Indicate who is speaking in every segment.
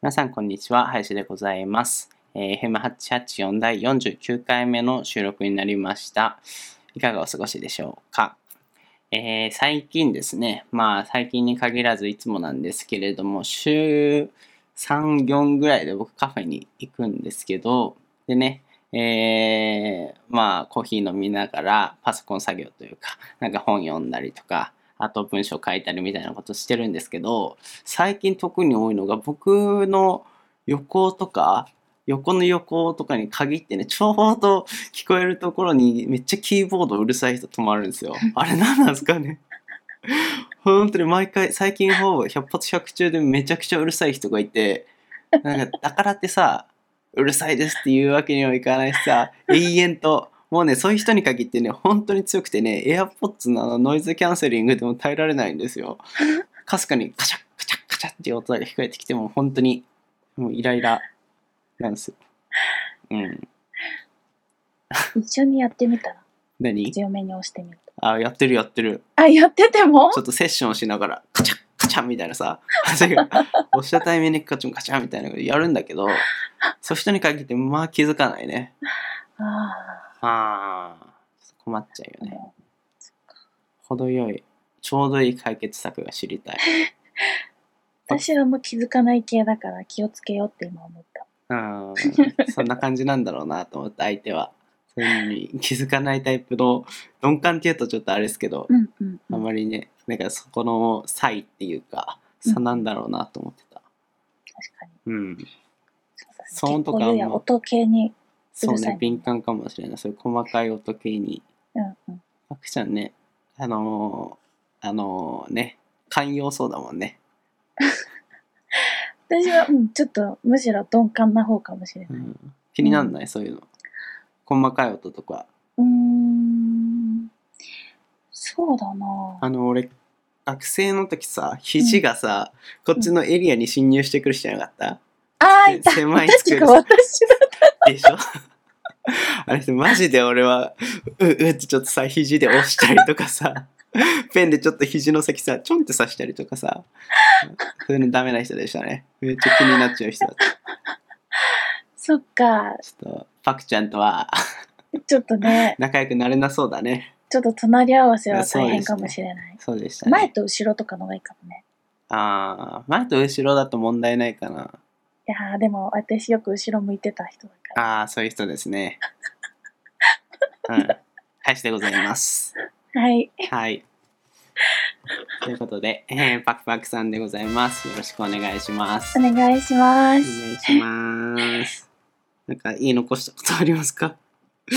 Speaker 1: 皆さん、こんにちは。林でございます。えー FM884 第49回目の収録になりました。いかがお過ごしでしょうか。えー最近ですね、まあ最近に限らずいつもなんですけれども、週3、4ぐらいで僕カフェに行くんですけど、でね、えーまあコーヒー飲みながらパソコン作業というか、なんか本読んだりとか、あと文章書いたりみたいなことしてるんですけど、最近特に多いのが僕の横とか横の横とかに限ってねちょうど聞こえるところにめっちゃキーボードうるさい人止まるんですよあれ何なんですかね本当に毎回最近ほぼ百発百中でめちゃくちゃうるさい人がいてなんかだからってさうるさいですっていうわけにはいかないしさ永遠ともうねそういう人に限ってね本当に強くてね AirPods のあのノイズキャンセリングでも耐えられないんですよかすかにカチャッカチャッカチャッっていう音が聞こえてきても本当にもうイライラなんですよ。うん。
Speaker 2: 一緒にやってみたら
Speaker 1: 何
Speaker 2: 強めに押してみる
Speaker 1: あ、やってるやってる。
Speaker 2: あやってても
Speaker 1: ちょっとセッションしながらカチャッカチャッみたいなさ、 押したタイミングでカチャンカチャンみたいなことやるんだけど、そういう人に限ってまあ気づかないね。
Speaker 2: あ
Speaker 1: ああ、ちょっと困っちゃう
Speaker 2: あ
Speaker 1: よね。程よい、ちょうどいい解決策が知りたい。
Speaker 2: 私はもう気づかない系だから気をつけようって今思った
Speaker 1: うん、そんな感じなんだろうなと思って相手はそういうのに気づかないタイプの鈍感っていうとちょっとあれですけど、
Speaker 2: うんうん、
Speaker 1: あ
Speaker 2: うん、
Speaker 1: まりねなんかそこの差異っていうか差なんだろうなと思ってた
Speaker 2: 確かに
Speaker 1: うん、
Speaker 2: そう
Speaker 1: 騒
Speaker 2: だね
Speaker 1: 音とか
Speaker 2: 結構や
Speaker 1: も
Speaker 2: 音系に
Speaker 1: そう
Speaker 2: うるさい
Speaker 1: ね
Speaker 2: ね
Speaker 1: 敏感かもしれないそういう細かい音系に
Speaker 2: うんうん
Speaker 1: あくちゃんねあのーあのーね寛容そうだもんね、
Speaker 2: 私は、うん、ちょっとむしろ鈍感な方かもしれ
Speaker 1: う
Speaker 2: ない
Speaker 1: ん、気になんない、そういうの細かい音とか
Speaker 2: うーんそうだな
Speaker 1: あの俺学生の時さ肘がさ、こっちのエリアに侵入してくる人じゃなかった、
Speaker 2: あーいた
Speaker 1: 狭い
Speaker 2: 確
Speaker 1: 机
Speaker 2: か私だ
Speaker 1: でしょ あれマジで俺はううってちょっとさ肘で押したりとかさペンでちょっと肘の先さちょんって刺したりとかさそういうのダメな人でしたねめっちゃ気になっちゃう人だった
Speaker 2: そっか
Speaker 1: ちょっとパクちゃんとは
Speaker 2: ちょっとね
Speaker 1: 仲良くなれなそうだね
Speaker 2: ちょっと隣り合わせ
Speaker 1: い
Speaker 2: は
Speaker 1: やそうで
Speaker 2: 大
Speaker 1: すね
Speaker 2: 変かもしれない、
Speaker 1: そうでしたね
Speaker 2: 前と後ろとかの方がいいかもね
Speaker 1: あー前と後ろだと問題ないかない
Speaker 2: やーでも私よく後ろ向いてた人だから。
Speaker 1: ああ、そういう人ですね。 うん。林でございます。
Speaker 2: はい。
Speaker 1: はい。ということで、えーパクパクさんでございます。よろしくお願いします。
Speaker 2: お
Speaker 1: お
Speaker 2: 願いしま
Speaker 1: 願
Speaker 2: す。
Speaker 1: いします。なんか言い残したことありますか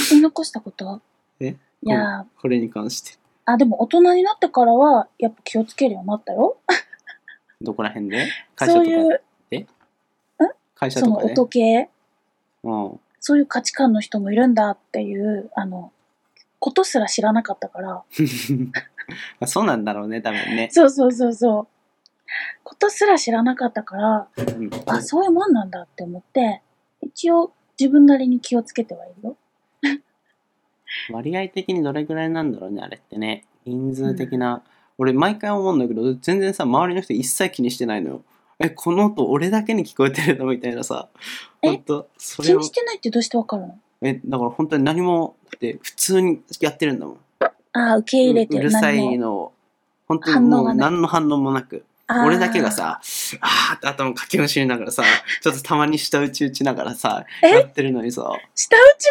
Speaker 2: 言い残したこと
Speaker 1: え
Speaker 2: いやー
Speaker 1: これに関して。
Speaker 2: あ、でも大人になってからは、やっぱ気をつけるようになったよ。
Speaker 1: どこら辺で会社
Speaker 2: そ
Speaker 1: と
Speaker 2: う
Speaker 1: か
Speaker 2: いう、
Speaker 1: 会社
Speaker 2: そ
Speaker 1: と
Speaker 2: の
Speaker 1: かで、
Speaker 2: 音系、
Speaker 1: うん。
Speaker 2: そういう価値観の人もいるんだっていう、あの、ことすら知らなかったから。
Speaker 1: まあそうなんだろうね、多分ね。
Speaker 2: そうそうそうそう。ことすら知らなかったから、
Speaker 1: うん
Speaker 2: あ、そういうもんなんだって思って、一応自分なりに気をつけてはいるよ。
Speaker 1: 割合的にどれぐらいなんだろうねあれってね人数的な、俺毎回思うんだけど全然さ周りの人一切気にしてないのよえこの音俺だけに聞こえてるのみたいなさ
Speaker 2: え
Speaker 1: ほんとそ
Speaker 2: 気
Speaker 1: れを
Speaker 2: にしてないってどうしてわかるの
Speaker 1: えだから本当に何もだって普通にやってるんだもん
Speaker 2: あー、受け入れて
Speaker 1: ううるさいのを本当に
Speaker 2: 反
Speaker 1: も
Speaker 2: 応
Speaker 1: う
Speaker 2: がない
Speaker 1: 何の反応もなく
Speaker 2: 何も
Speaker 1: 俺だけが、
Speaker 2: あー
Speaker 1: さあーって頭かきむしりながら さちょっとたまに舌打ち打ちながらさ
Speaker 2: え
Speaker 1: やってるのにさ
Speaker 2: 舌打ち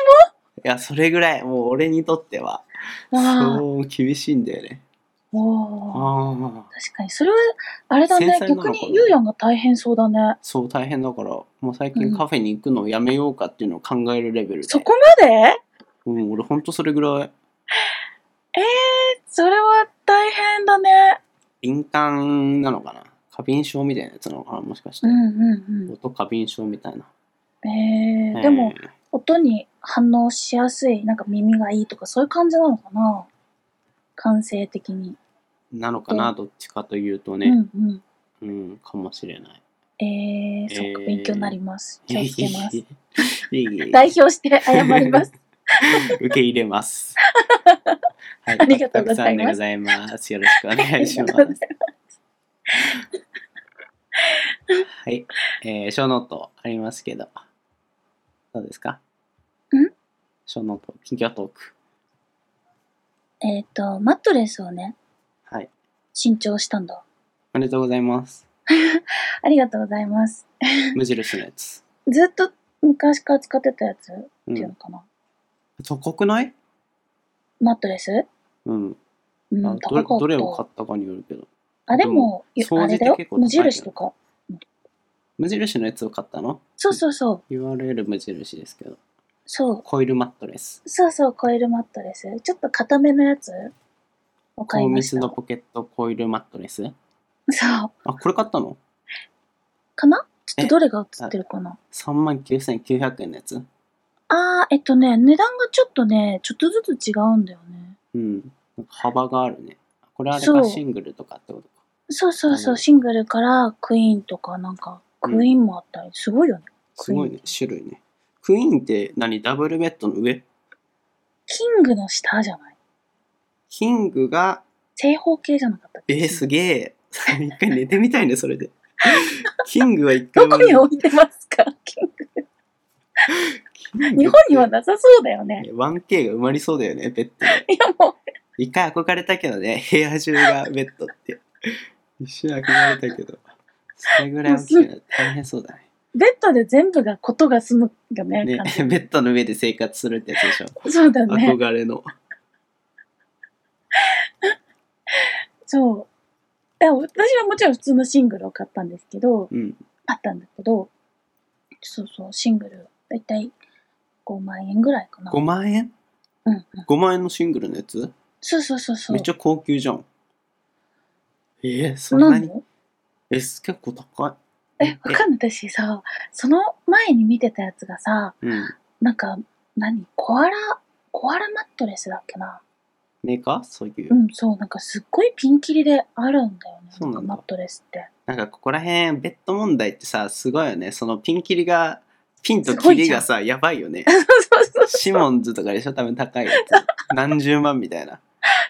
Speaker 1: いやそれぐらいもう俺にとっては
Speaker 2: もあ
Speaker 1: そう厳しいんだよね
Speaker 2: あ、おー
Speaker 1: ああ
Speaker 2: 確かに。それは、あれだ
Speaker 1: 繊
Speaker 2: ね。
Speaker 1: 細なのか
Speaker 2: 逆
Speaker 1: な
Speaker 2: に、ゆうやんが大変そうだね。
Speaker 1: そう大変だからもう最
Speaker 2: う
Speaker 1: 近
Speaker 2: ん
Speaker 1: カフェに行くのをやめようかっていうのを考えるレベルで、
Speaker 2: そこまで
Speaker 1: うん、俺ほんとそれぐらい
Speaker 2: それは大変だね。
Speaker 1: 敏感なのかな過敏症みたいなやつなのかなもしかして、
Speaker 2: うんうん
Speaker 1: 音過敏症みたいな、
Speaker 2: うん。えー、でも、
Speaker 1: えー
Speaker 2: 音に反応しやすい、なんか耳がいいとか、そういう感じなのかな感性的に。
Speaker 1: なのかなどっちかというと
Speaker 2: う
Speaker 1: ね、
Speaker 2: んうん。
Speaker 1: うんかもしれない
Speaker 2: えー、そっか、
Speaker 1: えー。
Speaker 2: 勉強になります。気をつけます
Speaker 1: いえい え
Speaker 2: 代表して謝り ます。
Speaker 1: 受け入れます、はい、
Speaker 2: ありがとうござ
Speaker 1: たく
Speaker 2: います
Speaker 1: さんでございますよろしくお願いしま
Speaker 2: ありがとうご
Speaker 1: す
Speaker 2: ざいます
Speaker 1: はい。えー、小ノートありますけど、どうですか
Speaker 2: ん
Speaker 1: 小ノート、近況トーク。
Speaker 2: えっ、と、マットレスをね、
Speaker 1: はい。
Speaker 2: 新調したんだ。
Speaker 1: おめでとうございます。
Speaker 2: ありがとうございます。
Speaker 1: 無印のやつ。
Speaker 2: ずっと昔から使ってたやつっ
Speaker 1: う
Speaker 2: ていうの
Speaker 1: ん。
Speaker 2: かな。
Speaker 1: 高くない
Speaker 2: マットレス
Speaker 1: うん。
Speaker 2: う
Speaker 1: あ
Speaker 2: ん、高かった。
Speaker 1: どどれを買ったかによるけど。
Speaker 2: あ、でも、
Speaker 1: で
Speaker 2: い
Speaker 1: も
Speaker 2: あれ
Speaker 1: 掃除
Speaker 2: だ
Speaker 1: っ
Speaker 2: よ
Speaker 1: て結。構高い
Speaker 2: 無
Speaker 1: じゃん
Speaker 2: 印とか。
Speaker 1: 無印のやつを買ったの
Speaker 2: そうそうそう。
Speaker 1: ?URL 無印ですけど。
Speaker 2: そう。
Speaker 1: コイルマットレス。
Speaker 2: そうそう、コイルマットレス。ちょっと硬めのやつを買い
Speaker 1: 高
Speaker 2: ま
Speaker 1: 密
Speaker 2: した。
Speaker 1: 度ポケットコイルマットレス。
Speaker 2: そう。
Speaker 1: あ、これ買ったの
Speaker 2: かなちょっとどれが映ってるかな
Speaker 1: ?3 万9900円のやつ
Speaker 2: あー、えっとね、値段がちょっとね、ちょっとずつ違うんだよね。
Speaker 1: うん。なんか幅があるね。これあれ
Speaker 2: そ
Speaker 1: か
Speaker 2: う
Speaker 1: シングルとかってことか。
Speaker 2: そうそう
Speaker 1: う
Speaker 2: そ
Speaker 1: ん
Speaker 2: う、シングルからクイーンとか、なんか、クイーンもあったり、すごいよね。
Speaker 1: すごいね、種類ね。クイーンって何ダブルベッドの上
Speaker 2: キングの下じゃない
Speaker 1: キングが、
Speaker 2: 正方形じゃなかったっ
Speaker 1: え
Speaker 2: け
Speaker 1: ー、すげえ。 一回寝てみたいね、それ で。キングは一回
Speaker 2: ど
Speaker 1: も
Speaker 2: こに置いてますかキング。日本にはなさそうだよね。
Speaker 1: 1K が埋まりそうだよね、ベッドで。
Speaker 2: いやも
Speaker 1: 一回憧れたけどね、部屋中がベッドって。一瞬憧れたけど。それぐらい大きいの大変そうだね。
Speaker 2: う、ベッドで全部がことが済むよね。
Speaker 1: ね
Speaker 2: 感、
Speaker 1: ベッドの上で生活するってやつでしょ。
Speaker 2: じそうだね。
Speaker 1: 憧れの。
Speaker 2: そう。だから私はもちろん普通のシングルを買ったんですけど、
Speaker 1: うん。
Speaker 2: あったんだけど、そうそう、シングル、だいたい5万円ぐらいかな。
Speaker 1: 5万円
Speaker 2: うんうん。
Speaker 1: ?5 万円のシングルのやつ
Speaker 2: そうそうそうそう。
Speaker 1: めっちゃ高級じゃん。えー、そんな
Speaker 2: なん
Speaker 1: に
Speaker 2: で
Speaker 1: え、結構高い。
Speaker 2: え、わかんない。私さ、その前に見てたやつがさ、
Speaker 1: うん。
Speaker 2: なんか、何コアラ、コアラマットレスだっけな。
Speaker 1: メーカーそういう
Speaker 2: う。ん、そう、なんかすっごいピンキリであるんだよね。
Speaker 1: そうなんだ
Speaker 2: かマットレスって。
Speaker 1: なんかここら辺、ベッド問題ってさ、すごいよね。そのピンキリが、ピンと
Speaker 2: すご
Speaker 1: キ
Speaker 2: いじゃん
Speaker 1: リがさ、やばいよね。
Speaker 2: そうそうそう。
Speaker 1: シモンズとかでしょ多分高い やつ。何十万みたいな。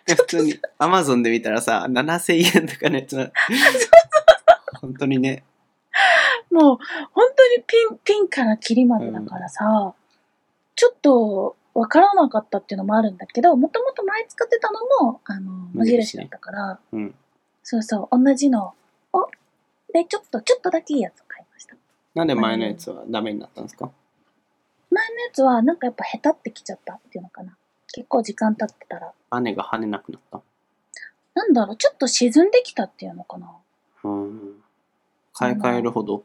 Speaker 1: で普通に、アマゾンで見たらさ、7000円とかのやつ な。本当にね。
Speaker 2: もう、本当にピン、ピンからキリまでだからさ、ちょっと、わからなかったっていうのもあるんだけど、もともと前使ってたのも、あの、無
Speaker 1: 無印
Speaker 2: 印
Speaker 1: ね
Speaker 2: だったから、
Speaker 1: うん。
Speaker 2: そうそう、同じのを、で、ちょっと、ちょっとだけいいやつを買いました。
Speaker 1: なんで前のやつはダメになったんですか
Speaker 2: 前のやつは、なんかやっぱ下手ってきちゃったっていうのかな。結構時間経ってたら、
Speaker 1: バネが跳ねなくなった。
Speaker 2: なんだろう、ちょっと沈んできたっていうのかな。
Speaker 1: うん。買い替えるほど。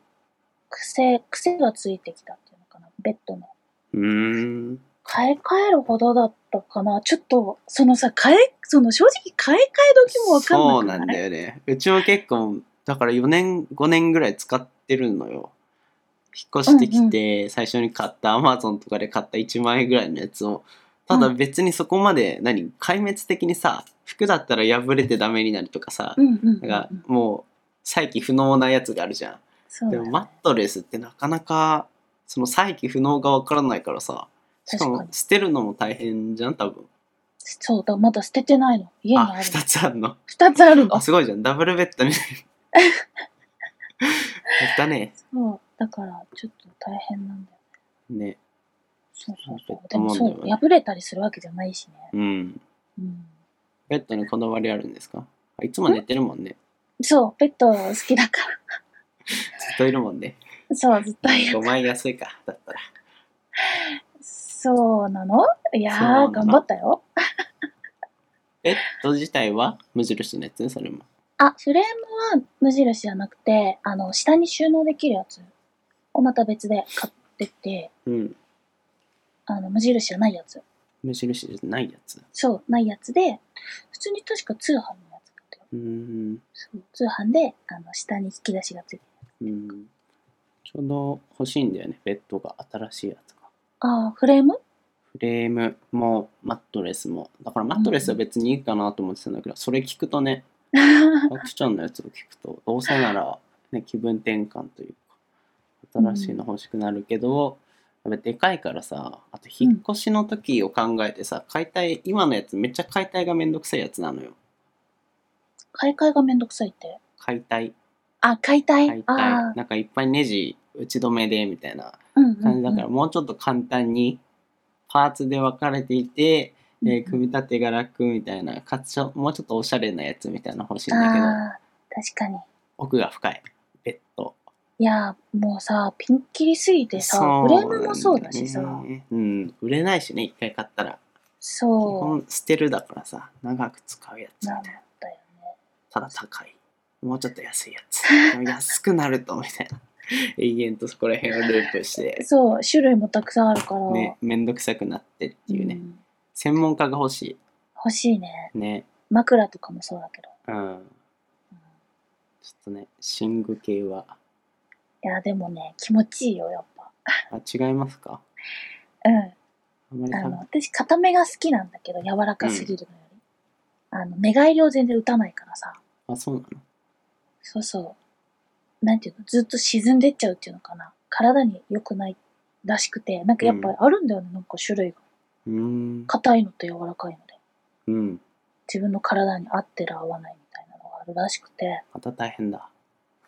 Speaker 2: 癖、癖がついてきたっていうのかな。ベッドの。
Speaker 1: うーん。
Speaker 2: 買い替えるほどだったかな。ちょっと、そのさ、買え、その正直買い替え時もわかんな
Speaker 1: そう
Speaker 2: くない
Speaker 1: なんだよね。うちも結構、だから4年、5年ぐらい使ってるのよ。引っ越してきて、最初に買った Amazon とかで買った1万円ぐらいのやつを、ただ
Speaker 2: う
Speaker 1: 別にそこまで、何、壊滅的にさ、服だったら破れてダメになるとかさ
Speaker 2: う、んうんうんう
Speaker 1: なんか
Speaker 2: ん。
Speaker 1: もう、再起不能なやつがあるじゃ
Speaker 2: そ
Speaker 1: ん。
Speaker 2: うだ
Speaker 1: でも
Speaker 2: よ
Speaker 1: マットレスってなかなか、その再起不能がわからないからさ、しか
Speaker 2: 確か
Speaker 1: も
Speaker 2: に。
Speaker 1: 捨てるのも大変じゃん、多分。
Speaker 2: そうだ、まだ捨ててないの。家に
Speaker 1: あ
Speaker 2: あ、る
Speaker 1: 2。つあるの。
Speaker 2: 二つあるの
Speaker 1: あ、。すごいじゃん。ダブルベッドみたいな。やったね。
Speaker 2: そう。だから、ちょっと大変なんだよ。
Speaker 1: ね。
Speaker 2: そうそう
Speaker 1: そう
Speaker 2: そ
Speaker 1: だ
Speaker 2: う。
Speaker 1: と
Speaker 2: で
Speaker 1: 思
Speaker 2: も
Speaker 1: うん
Speaker 2: そ
Speaker 1: だよね
Speaker 2: う、破れたりするわけじゃないしね。
Speaker 1: うん。
Speaker 2: うん。
Speaker 1: ベッドにこだわりあるんですかあいつも寝てるもんね。
Speaker 2: そう、ペット好きだか
Speaker 1: ずっといるもんね。
Speaker 2: ら。そう、ずっといる。
Speaker 1: 5万円安いか。だったら。
Speaker 2: そうなのい
Speaker 1: そうな
Speaker 2: や
Speaker 1: ん
Speaker 2: ー、
Speaker 1: だ
Speaker 2: 頑張ったよ。
Speaker 1: ベッド自体は無印のやつね、それも。
Speaker 2: あ、フレームは無印じゃなくて、あの、下に収納できるやつをまた別で買ってて、
Speaker 1: うん。
Speaker 2: あの、無印じゃないやつ。
Speaker 1: 無印じゃないやつ。う
Speaker 2: そう、ないやつで、普通に確か通販のやつだったよ。
Speaker 1: ーん。
Speaker 2: そう通販で、あの、下に引き出しがついて
Speaker 1: う
Speaker 2: る。
Speaker 1: ん。ちょうど欲しいんだよね、ベッドが。新しいやつが。
Speaker 2: あー、フレー ム
Speaker 1: フレームもマットレスも。だからマットレスは別にいいかなと思ってたんだけど、それ聞くとね、アクちゃんのやつを聞く とどうせなら、ね、気分転換というか新しいの欲しくなるけど、やっぱでかいからさあと引っ越しの時を考えてさ、解体今のやつめっちゃ解体がめんどくさいやつなのよ
Speaker 2: 買い替えがめんどくさいって。
Speaker 1: 解体
Speaker 2: あ、解体。
Speaker 1: 解体
Speaker 2: ああ、
Speaker 1: なんかいっぱいネジ打ち止めでみたいな
Speaker 2: うんうんうん、
Speaker 1: 感じだから、もうちょっと簡単にパーツで分かれていて、
Speaker 2: うんうん
Speaker 1: えー組み立てが楽みたいなかつちょもうちょっとおしゃれなやつみたいなの欲しいんだけど
Speaker 2: ああ、確かに。
Speaker 1: 奥が深い別途
Speaker 2: いやー、もうさ、ピンキリすぎてさ、
Speaker 1: そう
Speaker 2: フレームもそうだしさ、
Speaker 1: なんだよねうん、売れないしね一回買ったら基
Speaker 2: そ
Speaker 1: 本捨てるだからさ長く使うや
Speaker 2: う
Speaker 1: つ
Speaker 2: なんだよね。
Speaker 1: ただ高いもうちょっと安いやつでも安くなるとみたいな 永遠とそこら辺をループして
Speaker 2: そう、種類もたくさんあるから、
Speaker 1: ねめんどくさくなってっていうね、
Speaker 2: ん
Speaker 1: 専門家が欲し
Speaker 2: 欲しいね。
Speaker 1: いね
Speaker 2: 枕とかもそうだけど。
Speaker 1: うん
Speaker 2: うん
Speaker 1: ちょっとね寝具系はい
Speaker 2: や、でもね、気持ちいいよ、やっぱ。
Speaker 1: あ違いますか
Speaker 2: うん。
Speaker 1: あんまり
Speaker 2: あ
Speaker 1: 高
Speaker 2: の、私、固めが好きなんだけど、柔らかすぎるのより。あの、寝返りを全然打たないからさ、
Speaker 1: あそうなの
Speaker 2: そうそう。なんていうの、ずっと沈んでっちゃうっていうのかな。体に良くないらしくて、なんかやっぱりあるんだよね、なんか種類が。
Speaker 1: うーん
Speaker 2: 硬いのと柔らかいので。
Speaker 1: うん
Speaker 2: 自分の体に合ってる合わないみたいなのがあるらしくて。
Speaker 1: また大変だ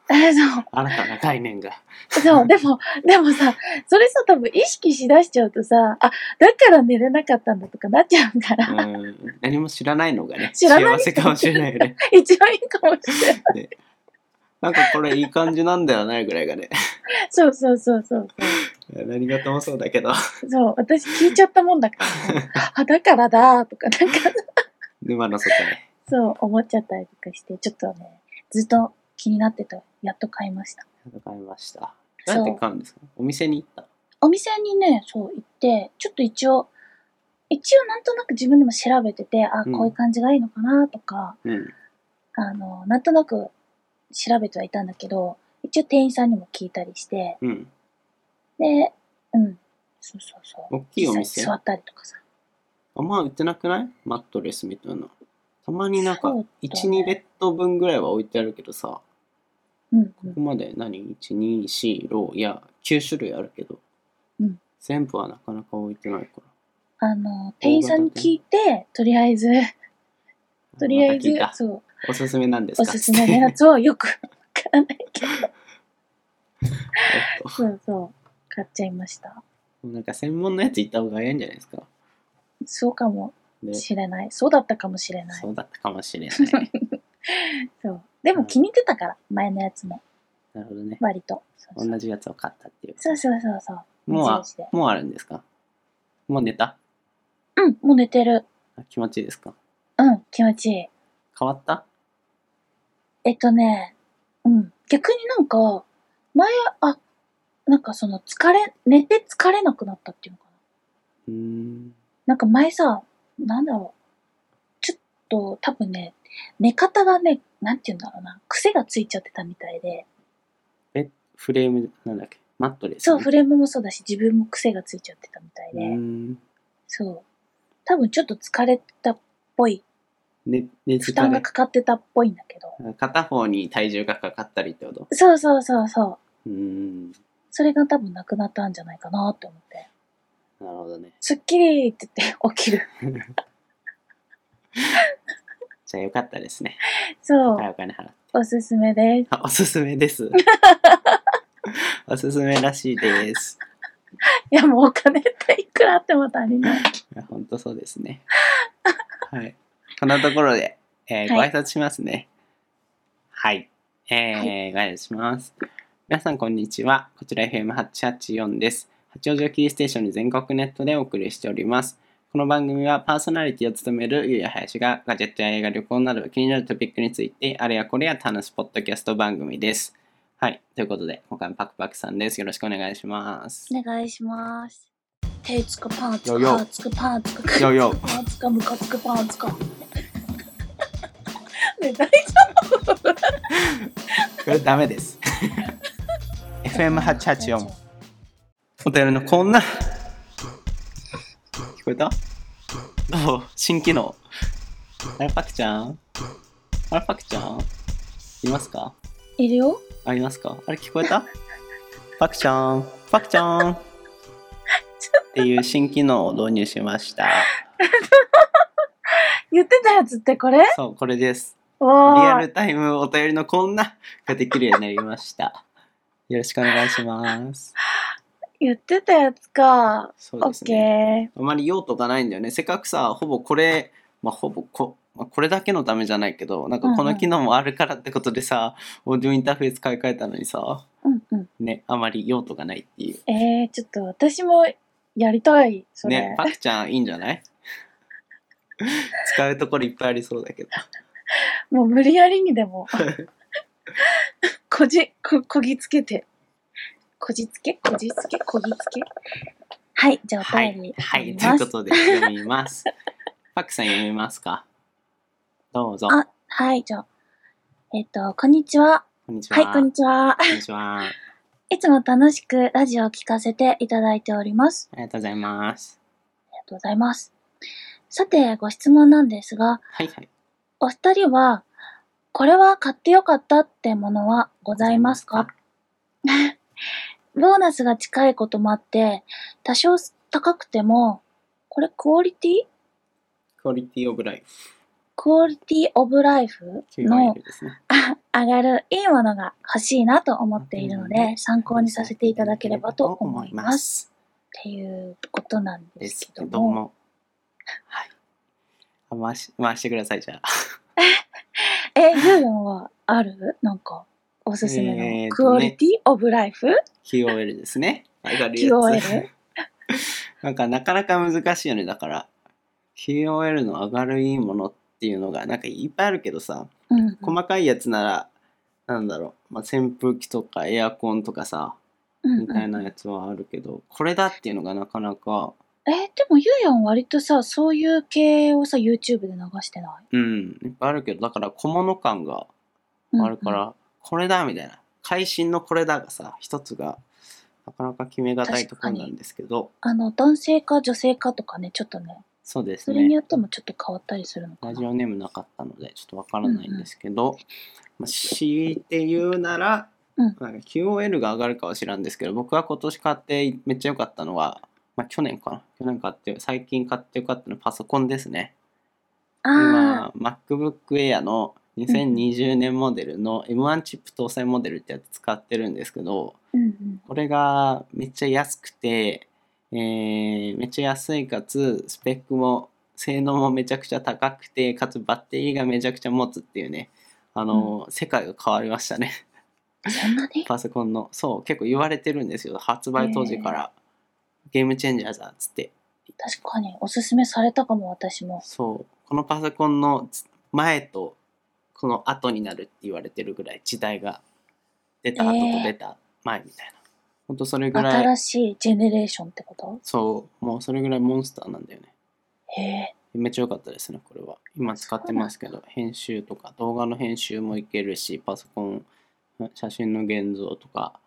Speaker 2: え、そう。
Speaker 1: 新たな概念が
Speaker 2: そう、でも、でもさ、それさ、多分意識しだしちゃうとさ、あ、だから寝れなかったんだとかなっちゃうから、
Speaker 1: うん何も知らないのがね
Speaker 2: 知らない
Speaker 1: 幸せかもしれないよね
Speaker 2: 一番いいかもしれない。
Speaker 1: なんかこれいい感じなんだよねぐらいがね
Speaker 2: そうそうそうそう
Speaker 1: 何事もそうだけど
Speaker 2: そう。そう、私聞いちゃったもんだからさ、あ、だからだ、とか、なんか、
Speaker 1: 沼の底へ
Speaker 2: そう、思っちゃったりとかして、ちょっとね、ずっと気になってた、やっと買いました。
Speaker 1: 買いました
Speaker 2: そう
Speaker 1: なんて買うんですかお店に行った
Speaker 2: お店にね、そう行って、ちょっと一応、一応なんとなく自分でも調べてて、あ、
Speaker 1: うん
Speaker 2: こういう感じがいいのかな、とか、
Speaker 1: うん
Speaker 2: あの、なんとなく調べてはいたんだけど、一応店員さんにも聞いたりして、
Speaker 1: うん
Speaker 2: で、うん、そうそうそう。
Speaker 1: 大きいお店
Speaker 2: 実際座ったりとかさ。
Speaker 1: あんま売ってなくないマットレスみたいなたまになんか
Speaker 2: そうだね
Speaker 1: 12、ベッド分ぐらいは置いてあるけどさ
Speaker 2: うん、う
Speaker 1: こ
Speaker 2: ん。
Speaker 1: こまで何 ?1,2,4,6いや9種類あるけど、
Speaker 2: うん
Speaker 1: 全部はなかなか置いてないから
Speaker 2: あの、店員さんに聞いて、とりあえ ず、とりあえず
Speaker 1: また聞い、た
Speaker 2: そう、
Speaker 1: おすすめなんですか
Speaker 2: おすすめ のやつをよくわからないけど、
Speaker 1: えっと
Speaker 2: そうそう、買っちゃいました。
Speaker 1: なんか専門のやつ行った方がいいんじゃないですか。
Speaker 2: そうかも
Speaker 1: で、
Speaker 2: しれない。そうだったかもしれない。
Speaker 1: そうだったかもしれ ない。
Speaker 2: そう。でも気に入ってたから、前のやつも、
Speaker 1: なるほどね。
Speaker 2: 割と。そうそう
Speaker 1: 同じやつを買ったっていう。
Speaker 2: そうそうそうそう。
Speaker 1: もうあ
Speaker 2: 無印で、
Speaker 1: もうあるんですかもう寝た
Speaker 2: うん、もう寝てる。
Speaker 1: あ気持ちいいですか
Speaker 2: うん、気持ちいい。
Speaker 1: 変わった
Speaker 2: えっとね、うん。逆になんか、前、あ、なんかその疲れ、寝て疲れなくなったっていうのか
Speaker 1: う
Speaker 2: な。
Speaker 1: ーん。
Speaker 2: なんか前さ、なんだろう。ちょっと多分ね、寝方がね、なんて言うんだろうな。癖がついちゃってたみたいで。
Speaker 1: フレーム、なんだっけマットレス、
Speaker 2: そう、フ
Speaker 1: レ
Speaker 2: レームもそうだし、自分も癖がついちゃってたみたいで。
Speaker 1: うーん。
Speaker 2: そう。多分ちょっと疲れたっぽい。
Speaker 1: ね、ね、
Speaker 2: 負担
Speaker 1: 疲
Speaker 2: が
Speaker 1: れ
Speaker 2: かかってたっぽいんだけど。
Speaker 1: 片方に体重がかかったりってこと
Speaker 2: そうそうそうそう。
Speaker 1: うーん。なる
Speaker 2: それが多分なくなったんじゃないかなって思って。
Speaker 1: ほどね。
Speaker 2: すっきりって言って起きる。
Speaker 1: じゃあよかったですね。
Speaker 2: そ。
Speaker 1: 高いうお金払って。
Speaker 2: おすすめです。
Speaker 1: あ、おすすめです。おすすめらしいです。
Speaker 2: いや、もうお金っていくらあっても足りない。
Speaker 1: いや本当そうですね。はい。こんなところで、えーご
Speaker 2: はい
Speaker 1: 挨拶しますね。はい。えーご挨拶します。皆さん、こんにちは。こちら FM884 です。八王子をキーステーションに全国ネットでお送りしております。この番組はパーソナリティを務めるゆうやはやしがガジェットや映画、旅行など気になるトピックについてあれやこれや楽しポッドキャスト番組です。はい。ということで、今回もパクパクさんです。よろしくお願いします。
Speaker 2: お願いします。手つかパンつ
Speaker 1: よ
Speaker 2: か
Speaker 1: いよ
Speaker 2: パンつかパンつか
Speaker 1: よいよ
Speaker 2: パンつかムカつかパンつか。 ね、大
Speaker 1: これダメです。FM884。お便りのこんな。聞こえたどう新機能。あれパクちゃんあれパクちゃんいますか
Speaker 2: いるよ。
Speaker 1: ありますかあれ聞こえたパクちゃんパクちゃんっていう新機能を導入しました。
Speaker 2: 言ってたやつってこれ
Speaker 1: そう、これです。
Speaker 2: わ
Speaker 1: リア
Speaker 2: あ、
Speaker 1: ルタイムお便りのこんなができるようになりました。よろしくお願いします。
Speaker 2: 言ってたやつか。
Speaker 1: そう
Speaker 2: オ
Speaker 1: です
Speaker 2: ッケ
Speaker 1: ね。
Speaker 2: ー。
Speaker 1: あまり用途がないんだよね。せっかくさ、ほぼこれ、まあ、ほぼこ、まあこれだけのためじゃないけど、なんかこ
Speaker 2: うんう
Speaker 1: の
Speaker 2: ん
Speaker 1: 機能もあるからってことでさ、オーディオインターフェース買い替えたのにさ、
Speaker 2: うんうん。
Speaker 1: ね、あまり用途がないっていう。
Speaker 2: えー、ちょっと私もやりたい、それ。
Speaker 1: ね、パクちゃんいいんじゃない 使うところいっぱいありそうだけど。
Speaker 2: もう無理やりにでも。こじ、こ、こぎつけて。こじつけこじつけこぎつけはい、じゃあお
Speaker 1: は
Speaker 2: 便り
Speaker 1: い、はい、という
Speaker 2: 読みま
Speaker 1: こ
Speaker 2: す
Speaker 1: とで読みます。 パクさん読みますかどうぞ。
Speaker 2: あはい、じゃあ。えっ、と、こんにちは。
Speaker 1: こんにちは。
Speaker 2: はい、こんにちは。
Speaker 1: こんにちは。あ
Speaker 2: いつも楽しくラジオを聞かせていただいております。
Speaker 1: りがとうございます。
Speaker 2: ありがとうございます。さて、ご質問なんですが、
Speaker 1: はいはい。
Speaker 2: お二人は、これは買ってよかったってものはございますかボーナスが近いこともあって、多少高くても、これクオリティ
Speaker 1: クオリティオブライフ。
Speaker 2: クオリティオブライフの
Speaker 1: QOL ですね。
Speaker 2: 上がるいいものが欲しいなと思っているので、参考にさせていただければと思います。
Speaker 1: す。
Speaker 2: っていうことなんで
Speaker 1: ですす
Speaker 2: け
Speaker 1: け
Speaker 2: ど
Speaker 1: ど
Speaker 2: も。
Speaker 1: も。はい。あ回し、回してください、じゃあ。
Speaker 2: え、ユーロンはあるなんか、おすす
Speaker 1: えー
Speaker 2: めの。
Speaker 1: と
Speaker 2: クオリティオブライフ
Speaker 1: QOL です ね。上がるやつ。
Speaker 2: QOL?
Speaker 1: なんかなかなか難しいよね。だから、QOL の上がるいいものっていうのが、なんかいっぱいあるけどさ、
Speaker 2: うん。
Speaker 1: 細かいやつなら、なんだろう、まあ、扇風機とかエアコンとかさ、
Speaker 2: うん
Speaker 1: みたいなやつはあるけど、これだっていうのがなかなか、
Speaker 2: えーでもユーヨン割とさ、そういう系をさ、YouTube で流してな
Speaker 1: う
Speaker 2: い
Speaker 1: ん、いっぱいあるけど、だから小物感が
Speaker 2: うん
Speaker 1: あるから、これだみたいな、会心のこれだがさ、一つが、なかなか決めがたいところなんですけど、
Speaker 2: あの、男性か女性かとかね、ちょっとね、
Speaker 1: そうです
Speaker 2: それに
Speaker 1: ね
Speaker 2: よ。ってもちょっと変わったりするのか
Speaker 1: ラ
Speaker 2: な。
Speaker 1: ジオネームなかったので、ちょっとわからないんですけど、まあ、強いて言うなら、
Speaker 2: うん
Speaker 1: なんか QOL が上がるかは知らんですけど、僕は今年買ってめっちゃ良かったのは、まあ、去年かな。去年買って、最近買って良かったのはパソコンですね。
Speaker 2: あ
Speaker 1: 今 MacBook Air の2020年モデルの M1 チップ搭載モデルってやつ使ってるんですけど
Speaker 2: ー、うんうん。
Speaker 1: これがめっちゃ安くて、えーめっちゃ安いかつスペックも性能もめちゃくちゃ高くてかつバッテリーがめちゃくちゃ持つっていうねあの、世界が変わりましたね
Speaker 2: そんな に
Speaker 1: パソコンのそう結構言われてるんですよ発売当時から、ゲームチェンジャーだっつって
Speaker 2: 確かに、おすすめされたかも、私も。
Speaker 1: そうこのパソコンの前とこの後になるって言われてるぐらい時代が出た後と出た前みたいな、ほんとそれぐらい
Speaker 2: 新しいジェネレーションってこと
Speaker 1: そうもうそれぐらいモンスターなんだよね
Speaker 2: へえ。
Speaker 1: めっちゃ良かったですねこれは今使ってますけど編集とか動画の編集もいけるしパソコン写真の現像とか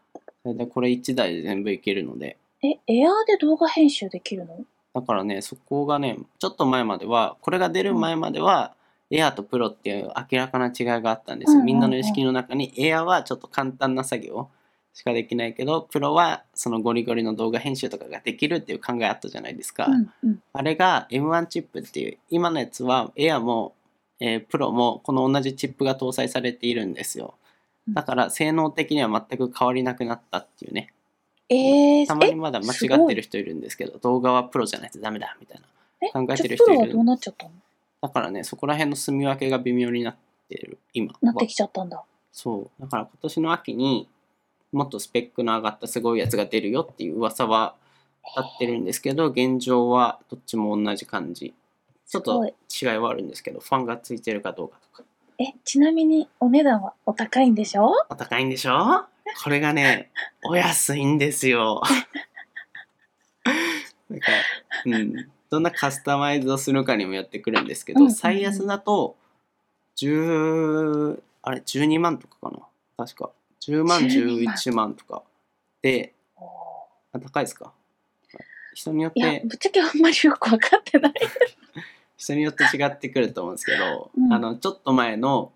Speaker 1: それでこれ1台で全部いけるので
Speaker 2: え、エアーで動画編集できるの
Speaker 1: だからね、そこがね、ちょっと前までは、これが出る前までは、エアーとプロっていう明らかな違いがあったんです
Speaker 2: うん
Speaker 1: よ。
Speaker 2: うんうん
Speaker 1: みんなの意識の中に、エアーはちょっと簡単な作業しかできないけど、プロはそのゴリゴリの動画編集とかができるっていう考えあったじゃないですか。
Speaker 2: うんうん。
Speaker 1: あれが M1 チップっていう、今のやつはエアーも、えープロもこの同じチップが搭載されているんですよ。だから性能的には全く変わりなくなったっていうね。
Speaker 2: えー、
Speaker 1: たま
Speaker 2: え
Speaker 1: にまだ間違ってる人いるんですけど動画はプロじゃないとダメだみたいな
Speaker 2: え
Speaker 1: 考えてる
Speaker 2: じゃ
Speaker 1: 人い
Speaker 2: あプロは
Speaker 1: る
Speaker 2: どうなっちゃったの
Speaker 1: だからねそこら辺の住み分けが微妙になってる今
Speaker 2: な
Speaker 1: は
Speaker 2: ってきちゃったんだ。
Speaker 1: そうだから今年の秋にもっとスペックの上がったすごいやつが出るよっていう噂は立ってるんですけど現状はどっちも同じ感じちょっと違いはあるんですけどファンがついてるかどうかとか
Speaker 2: え、ちなみにお値段はお高いんでしょ
Speaker 1: お高いんでしょこれがね お安いんですよ なんか、うん、どんなカスタマイズをするかにもよってくるんですけど、
Speaker 2: うんうんうん
Speaker 1: 最安だと10あれ12万とかかな確か10万
Speaker 2: 12万
Speaker 1: 11万とかであ高いですか人によっ
Speaker 2: いや
Speaker 1: て、
Speaker 2: ぶっちゃけあんまりよくわかってない。
Speaker 1: 人によって違ってくると思うんですけど、
Speaker 2: うん
Speaker 1: あのちょっと前の、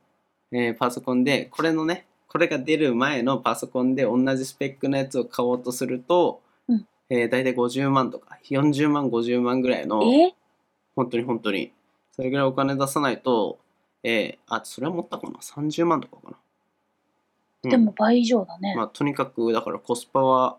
Speaker 1: えーパソコンでこれのねこれが出る前のパソコンで同じスペックのやつを買おうとすると、
Speaker 2: うん
Speaker 1: えー大体50万とか40万50万ぐらいの
Speaker 2: え
Speaker 1: 本当に本当にそれぐらいお金出さないと、えーあ、それは持ったかな ?30 万とかかな。うん
Speaker 2: でも倍以上だね。
Speaker 1: まあ、とにかくだからコスパは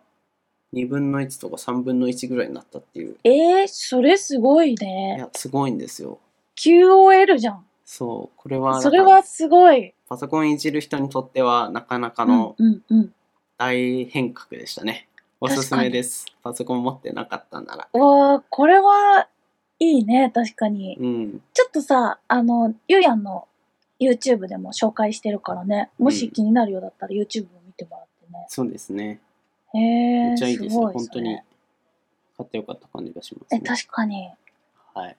Speaker 1: 2分の1とか3分の1ぐらいになったっていう
Speaker 2: えー、それすごい
Speaker 1: い
Speaker 2: ね。
Speaker 1: やすごいんですよ
Speaker 2: QOL じゃん。
Speaker 1: そうこれは
Speaker 2: それはすごい。
Speaker 1: パソコンいじる人にとってはなかなかの
Speaker 2: うんうんうん。
Speaker 1: 大変革でしたね、おすすめですパソコン持ってなかったなら
Speaker 2: うわーこれはいいね、確かに。
Speaker 1: うん
Speaker 2: ちょっとさ、あの、ゆうやんの YouTube でも紹介してるからね。も
Speaker 1: う
Speaker 2: し
Speaker 1: ん
Speaker 2: 気になるようだったら YouTube を見てもらってね。
Speaker 1: そうですね
Speaker 2: へえ
Speaker 1: めっ
Speaker 2: ー、
Speaker 1: ちゃいいです
Speaker 2: す
Speaker 1: よ
Speaker 2: ごい
Speaker 1: 本当
Speaker 2: そ
Speaker 1: に
Speaker 2: れ
Speaker 1: 買ってよかった感じがします
Speaker 2: え、
Speaker 1: ね
Speaker 2: 確かに。
Speaker 1: はい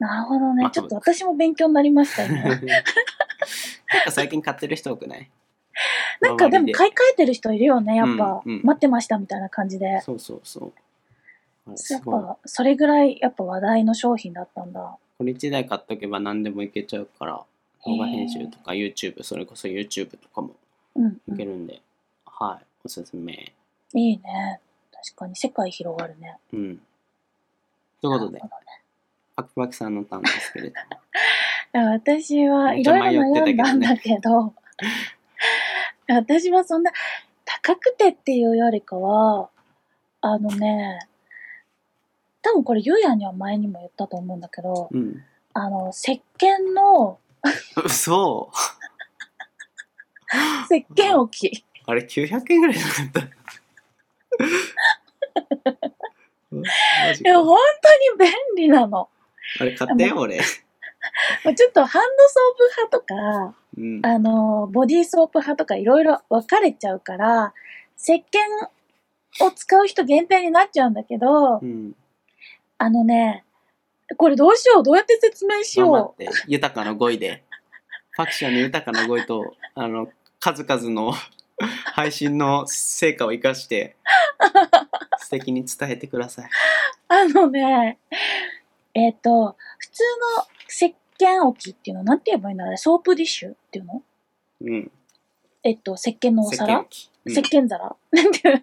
Speaker 2: なるほどね。
Speaker 1: まあ
Speaker 2: ちょっと私も勉強になりました よ
Speaker 1: なんか最近買ってる人多くない
Speaker 2: なんかでも
Speaker 1: 周り
Speaker 2: 買い替えてる人いるよね、やっぱ。
Speaker 1: うんうん
Speaker 2: 待ってましたみたいな感じで。
Speaker 1: そうそうそうあれ
Speaker 2: や
Speaker 1: す
Speaker 2: っ
Speaker 1: ごい
Speaker 2: ぱ、それぐらいやっぱ話題の商品だったんだ。
Speaker 1: これ1台買っとけば何でもいけちゃうから動画編集とか YouTube それこそ YouTube とかも
Speaker 2: うん、う
Speaker 1: いけ
Speaker 2: ん。
Speaker 1: るんで、はいおすすめ
Speaker 2: いいね。確かに世界広がるね。
Speaker 1: うんということで
Speaker 2: なるほ
Speaker 1: パクパクさんのターンですけれども
Speaker 2: どね私はいろいろ悩んだんだけど、 私はそんな高くてっていうよりかは、あのね、多分これゆうやには前にも言ったと思うんだけど、
Speaker 1: うん
Speaker 2: あの、石鹸の、
Speaker 1: 嘘
Speaker 2: 石鹸置き。
Speaker 1: あれ900円ぐらいじゃな かったマジ
Speaker 2: いや、
Speaker 1: か
Speaker 2: 本当に便利なの。
Speaker 1: あれ買ったよ俺
Speaker 2: まあちょっとハンドソープ派とか、
Speaker 1: うん
Speaker 2: あの、ボディーソープ派とかいろいろ分かれちゃうから、石鹸を使う人限定になっちゃうんだけど
Speaker 1: う、ん、
Speaker 2: あのね、これどうしようどうやって説明し
Speaker 1: 頑張っ
Speaker 2: よ
Speaker 1: て豊かな語彙でパクシャの豊かな語彙とあの数々の 配信の成果を生かして素敵に伝えてください。
Speaker 2: うあのね、えっ、と、普通の石鹸置きっていうのなんて言えばいいんだろうねソープディッシュっていうの
Speaker 1: うん。
Speaker 2: えっと、石鹸のお皿
Speaker 1: 石
Speaker 2: 石
Speaker 1: 鹸
Speaker 2: 鹸皿なんていう
Speaker 1: うん、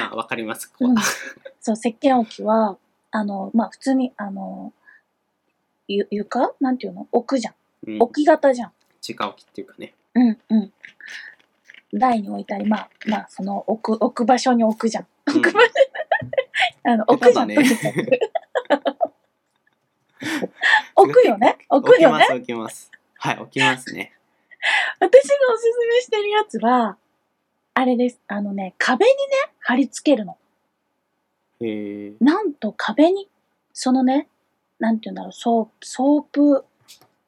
Speaker 1: まあわかります。ここ
Speaker 2: う
Speaker 1: は
Speaker 2: ん、そう、石鹸置きは、あの、まあ、普通に、あの、ゆ、床なんていうの置くじゃん。
Speaker 1: うん、
Speaker 2: 置き型じゃん。
Speaker 1: 直置きっていうかね。
Speaker 2: うん、うん。台に置いたり、まあ、まあ、その、置く、置く場所に置くじゃん。
Speaker 1: うん
Speaker 2: 置く場所、あの、
Speaker 1: 下
Speaker 2: 置く
Speaker 1: 手
Speaker 2: じゃ
Speaker 1: だ
Speaker 2: ん、
Speaker 1: ね
Speaker 2: とにかく 置くよね置く
Speaker 1: き
Speaker 2: よ
Speaker 1: ま
Speaker 2: ね
Speaker 1: す 置きます。はい置きますね。
Speaker 2: 私がおすすめしてるやつは、あれです。あのね、壁にね、貼り付けるの。
Speaker 1: へえ。
Speaker 2: なんと壁に、そのね、なんて言うんだろう、ソープ、ソープ、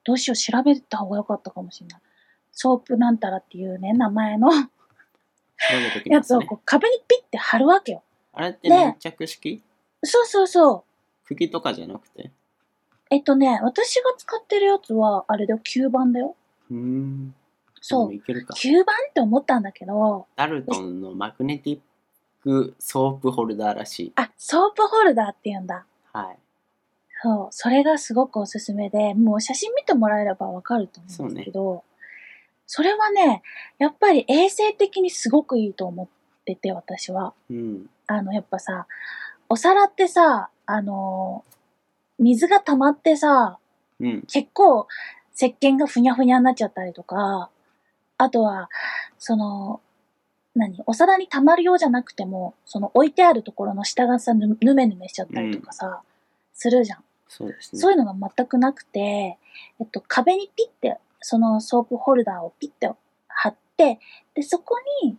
Speaker 2: どうしよう、調べた方が良かったかもしれない。ソープなんたらっていうね、名前の
Speaker 1: 調べとき
Speaker 2: や
Speaker 1: ます
Speaker 2: つを
Speaker 1: ね
Speaker 2: こ。う壁にピッて貼るわけよ。
Speaker 1: あれって
Speaker 2: ね
Speaker 1: 粘着式？
Speaker 2: そうそうそう。
Speaker 1: 釘とかじゃなくて？
Speaker 2: えっとね、私が使ってるやつは、あれだよ、吸盤だよ。
Speaker 1: うーん。
Speaker 2: そ
Speaker 1: でも
Speaker 2: う。
Speaker 1: いけるか。
Speaker 2: 吸盤って思ったんだけど、
Speaker 1: ダルトンのマグネティックソープホルダーらしい。
Speaker 2: あ、ソープホルダーって言うんだ。
Speaker 1: はい。
Speaker 2: そう、それがすごくおすすめで、もう写真見てもらえればわかると思うんですけど、そ,、れはね、やっぱり衛生的にすごくいいと思ってて、私は。
Speaker 1: うん。
Speaker 2: あの、やっぱさ、お皿ってさ、あのー水が溜まってさ、
Speaker 1: うん。
Speaker 2: 結構石鹸がふにゃふにゃになっちゃったりとか、あとは、その、何お皿に溜まるようじゃなくても、その置いてあるところの下がさ、ぬぬめぬめしちゃったりとかさ、するじゃん。
Speaker 1: そうですね。
Speaker 2: そういうのが全くなくて、えっと、壁にピッて、そのソープホルダーをピッて貼って、で、そこに、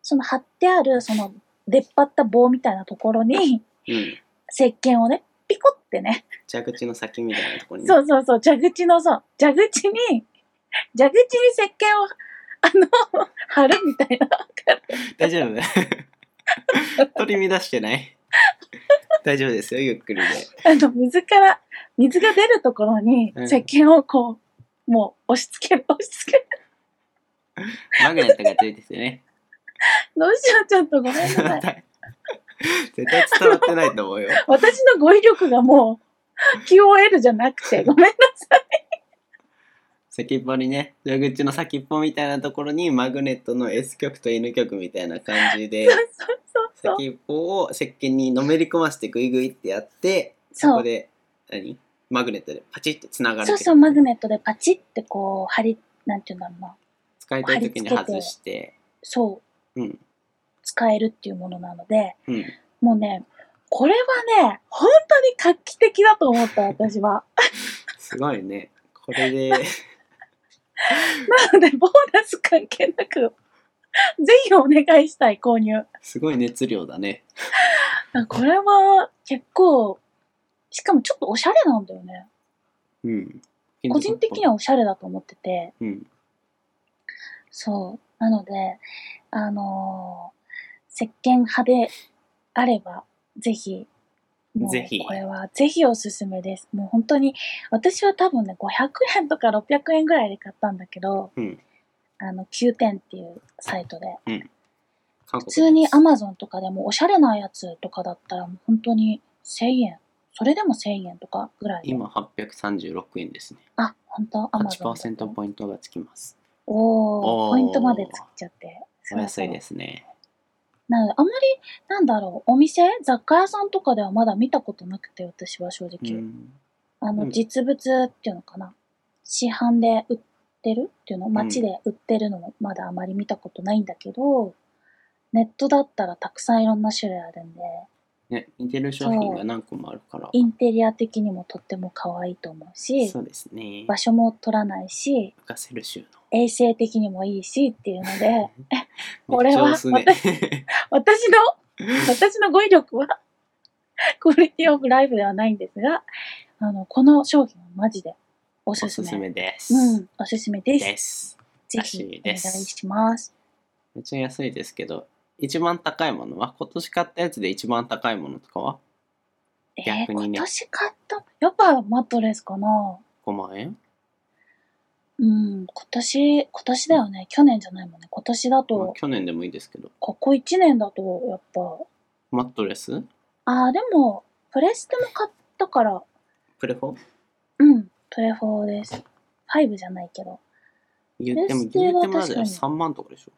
Speaker 2: その貼ってある、その出っ張った棒みたいなところに、
Speaker 1: うん。
Speaker 2: 石鹸をね、ピコってね、
Speaker 1: 蛇口の先みたいなところに。
Speaker 2: そうそうそう、蛇口の、そう、蛇口に、蛇口に石鹸を、 あの、貼るみたいな。
Speaker 1: 大丈夫 取り乱してない大丈夫ですよ、ゆっくりで。
Speaker 2: あの、水から、水が出るところに、
Speaker 1: うん
Speaker 2: 石鹸をこう、もう押し付ける、押し付ける。
Speaker 1: マグネットがついててね。
Speaker 2: どうしよう、ちょっとごめんな
Speaker 1: 絶
Speaker 2: さ い。
Speaker 1: 対伝わってないと思うよ。
Speaker 2: 私の語彙力がもう QOL じゃな くて、ごめんなさい。
Speaker 1: 先っぽにね、蛇口の先っぽみたいなところにマグネットの S 極と N 極みたいな感じで、
Speaker 2: そうそう そう。
Speaker 1: 先っぽを石鹸にのめり込ませてグイグイってやって、
Speaker 2: そう
Speaker 1: そこで、何マグネットでパチってつながるけ
Speaker 2: そ
Speaker 1: ど
Speaker 2: うそう、マグネットでパチってこう、貼り、なんていうんだろうな。
Speaker 1: 使いたい時に
Speaker 2: 貼り付けて
Speaker 1: 外して
Speaker 2: そう、
Speaker 1: うん
Speaker 2: 使えるっていうものなので、
Speaker 1: うん
Speaker 2: もうね、これはね、本当に画期的だと思った、私は。
Speaker 1: すごいねこれで
Speaker 2: なので、ボーナス関係なく、ぜひお願いしたい、購入。
Speaker 1: すごい熱量だね
Speaker 2: これは結構、しかもちょっとおしゃれなんだよね。
Speaker 1: うん
Speaker 2: 個人的に
Speaker 1: は
Speaker 2: はおしゃれだと思ってて、
Speaker 1: うん
Speaker 2: そう。なので、あのー石鹸派であれば、ぜひ、もう
Speaker 1: ぜひ
Speaker 2: これはぜひおすすめです。もう本当に、私は多分ね、500円とか600円ぐらいで買ったんだけど、
Speaker 1: うん
Speaker 2: あの、Q10 っていうサイトで。
Speaker 1: 韓
Speaker 2: 普
Speaker 1: 国
Speaker 2: 通に Amazon とかでもおしゃれなやつとかだったら、もう本当に1000円。それでも1000円とかぐらいで。
Speaker 1: 今836円ですね
Speaker 2: あ、本当 ?Amazon だ
Speaker 1: 8%
Speaker 2: と。
Speaker 1: ポイントがつきます
Speaker 2: お
Speaker 1: お
Speaker 2: お
Speaker 1: ー
Speaker 2: ポイントまでつっちゃって。。
Speaker 1: お安いですすね
Speaker 2: なので、あまり、なんだろう、お店雑貨屋さんとかではまだ見たことなくて、私は正
Speaker 1: う
Speaker 2: 直。
Speaker 1: ん
Speaker 2: あ
Speaker 1: う
Speaker 2: の、
Speaker 1: ん
Speaker 2: 実物っていうのかな。市販で売ってるっていうの街で売ってるのもまだあまり見たことないんだけど、ネットだったらたくさんいろんな種類あるんで、
Speaker 1: ね似てる商品が何個もあるから
Speaker 2: インテリア的にもとっても可愛いと思うし
Speaker 1: そ、うですね
Speaker 2: 場所も取らないし、
Speaker 1: 浮かせる州の
Speaker 2: 衛生的にもいいしっていうの で、こ
Speaker 1: め
Speaker 2: れ
Speaker 1: っちゃ
Speaker 2: は
Speaker 1: 押すね
Speaker 2: 私の、私の語彙力は、クオリティオブライフではないんですが、あの、この商品はマジでお す
Speaker 1: おす
Speaker 2: すめ。
Speaker 1: すめです、
Speaker 2: うん、おすすめです。
Speaker 1: です
Speaker 2: ぜひお
Speaker 1: ら
Speaker 2: 願い
Speaker 1: しいです
Speaker 2: します。
Speaker 1: めっちゃ安いですけど一番高いものは今年買ったやつで一番高いものとかは
Speaker 2: えー、
Speaker 1: 逆にね
Speaker 2: 今年買った、やっぱマットレスかな
Speaker 1: 5万円
Speaker 2: うん、今年、今年だよね。去年じゃないもんね。今年だ
Speaker 1: まあ
Speaker 2: と、
Speaker 1: 去年でもいいですけど
Speaker 2: ここ1年だと、やっぱ、
Speaker 1: マットレス
Speaker 2: あー、でも、プレステも買ったから、
Speaker 1: プレフォ
Speaker 2: うん、プレフォーです。5じゃないけど。
Speaker 1: 言っても
Speaker 2: プレステ
Speaker 1: 言
Speaker 2: は
Speaker 1: ってもまだ
Speaker 2: 確かに
Speaker 1: 3万とかでしょ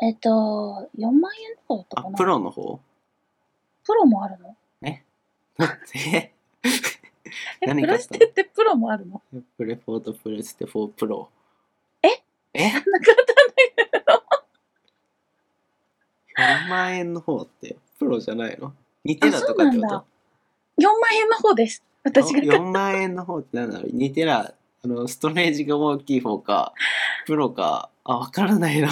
Speaker 2: えっと、4万円とかだった
Speaker 1: あ
Speaker 2: かな
Speaker 1: プロの方
Speaker 2: プロもあるの
Speaker 1: だって
Speaker 2: え、
Speaker 1: 何
Speaker 2: プ
Speaker 1: 買
Speaker 2: レ
Speaker 1: っ
Speaker 2: ス
Speaker 1: たの
Speaker 2: テってプロもあるの
Speaker 1: プレフォーとプレステ4プロ
Speaker 2: え
Speaker 1: え
Speaker 2: なかった
Speaker 1: 4万円の方ってプロじゃないの2テラと
Speaker 2: あそう
Speaker 1: か
Speaker 2: な
Speaker 1: って
Speaker 2: ん
Speaker 1: こ
Speaker 2: だ
Speaker 1: と
Speaker 2: 4万円の方です。私が買っ
Speaker 1: 4万円の方って何だろう2テラあのストレージが大きい方かプロかあわからない な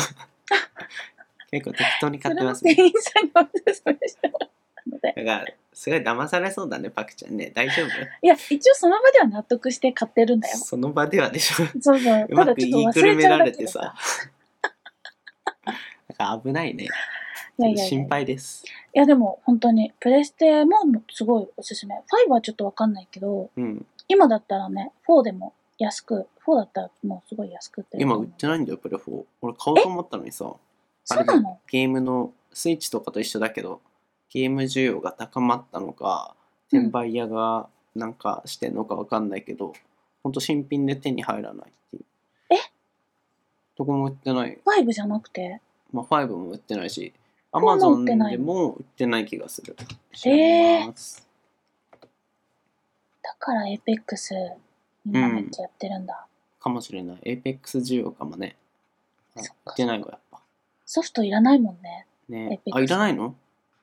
Speaker 1: 結構適当に
Speaker 2: た
Speaker 1: 買
Speaker 2: そ
Speaker 1: ってますね
Speaker 2: れも店員さんにお勧めしてもらったので。
Speaker 1: だからすごい騙されそうだねパクちゃんね大丈夫
Speaker 2: いや、一応その場では納得して買ってるんだよ。
Speaker 1: その場ではでしょ
Speaker 2: そうそう。
Speaker 1: う
Speaker 2: た
Speaker 1: ま
Speaker 2: だ
Speaker 1: く
Speaker 2: ち
Speaker 1: 言い
Speaker 2: ょっ
Speaker 1: く
Speaker 2: と忘
Speaker 1: る
Speaker 2: れ
Speaker 1: め
Speaker 2: ちゃう
Speaker 1: ら
Speaker 2: だ
Speaker 1: れ
Speaker 2: け
Speaker 1: て
Speaker 2: だから
Speaker 1: さだから危ないね
Speaker 2: いやいやいや
Speaker 1: 心
Speaker 2: いや。い
Speaker 1: 配です
Speaker 2: やでも本当に、プレステもすごいおすすめ。5はちょっとわかんないけど、
Speaker 1: うん
Speaker 2: 今だったらね、4でも安く、4だったらもうすごい安くって。
Speaker 1: 今売ってないんだよプレフォー俺買おうと思ったのにさ
Speaker 2: そうなの
Speaker 1: ゲームのスイッチとかと一緒だけどゲーム需要が高まったのか転売屋がなんかしてんのかわかんないけど、ほんと新品で手に入らないっていう
Speaker 2: え
Speaker 1: どこも売ってない、
Speaker 2: ?5 じゃなくて
Speaker 1: まあ、5も売ってないしア
Speaker 2: フォ
Speaker 1: マ
Speaker 2: ーも
Speaker 1: ゾ
Speaker 2: 売
Speaker 1: ン
Speaker 2: ってない
Speaker 1: でも売ってない気がする調
Speaker 2: えー
Speaker 1: べます
Speaker 2: だからエイペックスみんなめっちゃやってるんだ、
Speaker 1: かもしれないエイペックス需要かもねあ売
Speaker 2: そっか
Speaker 1: ってないわやっぱ
Speaker 2: ソフトいらないもんね
Speaker 1: ね
Speaker 2: Apex
Speaker 1: あいらないの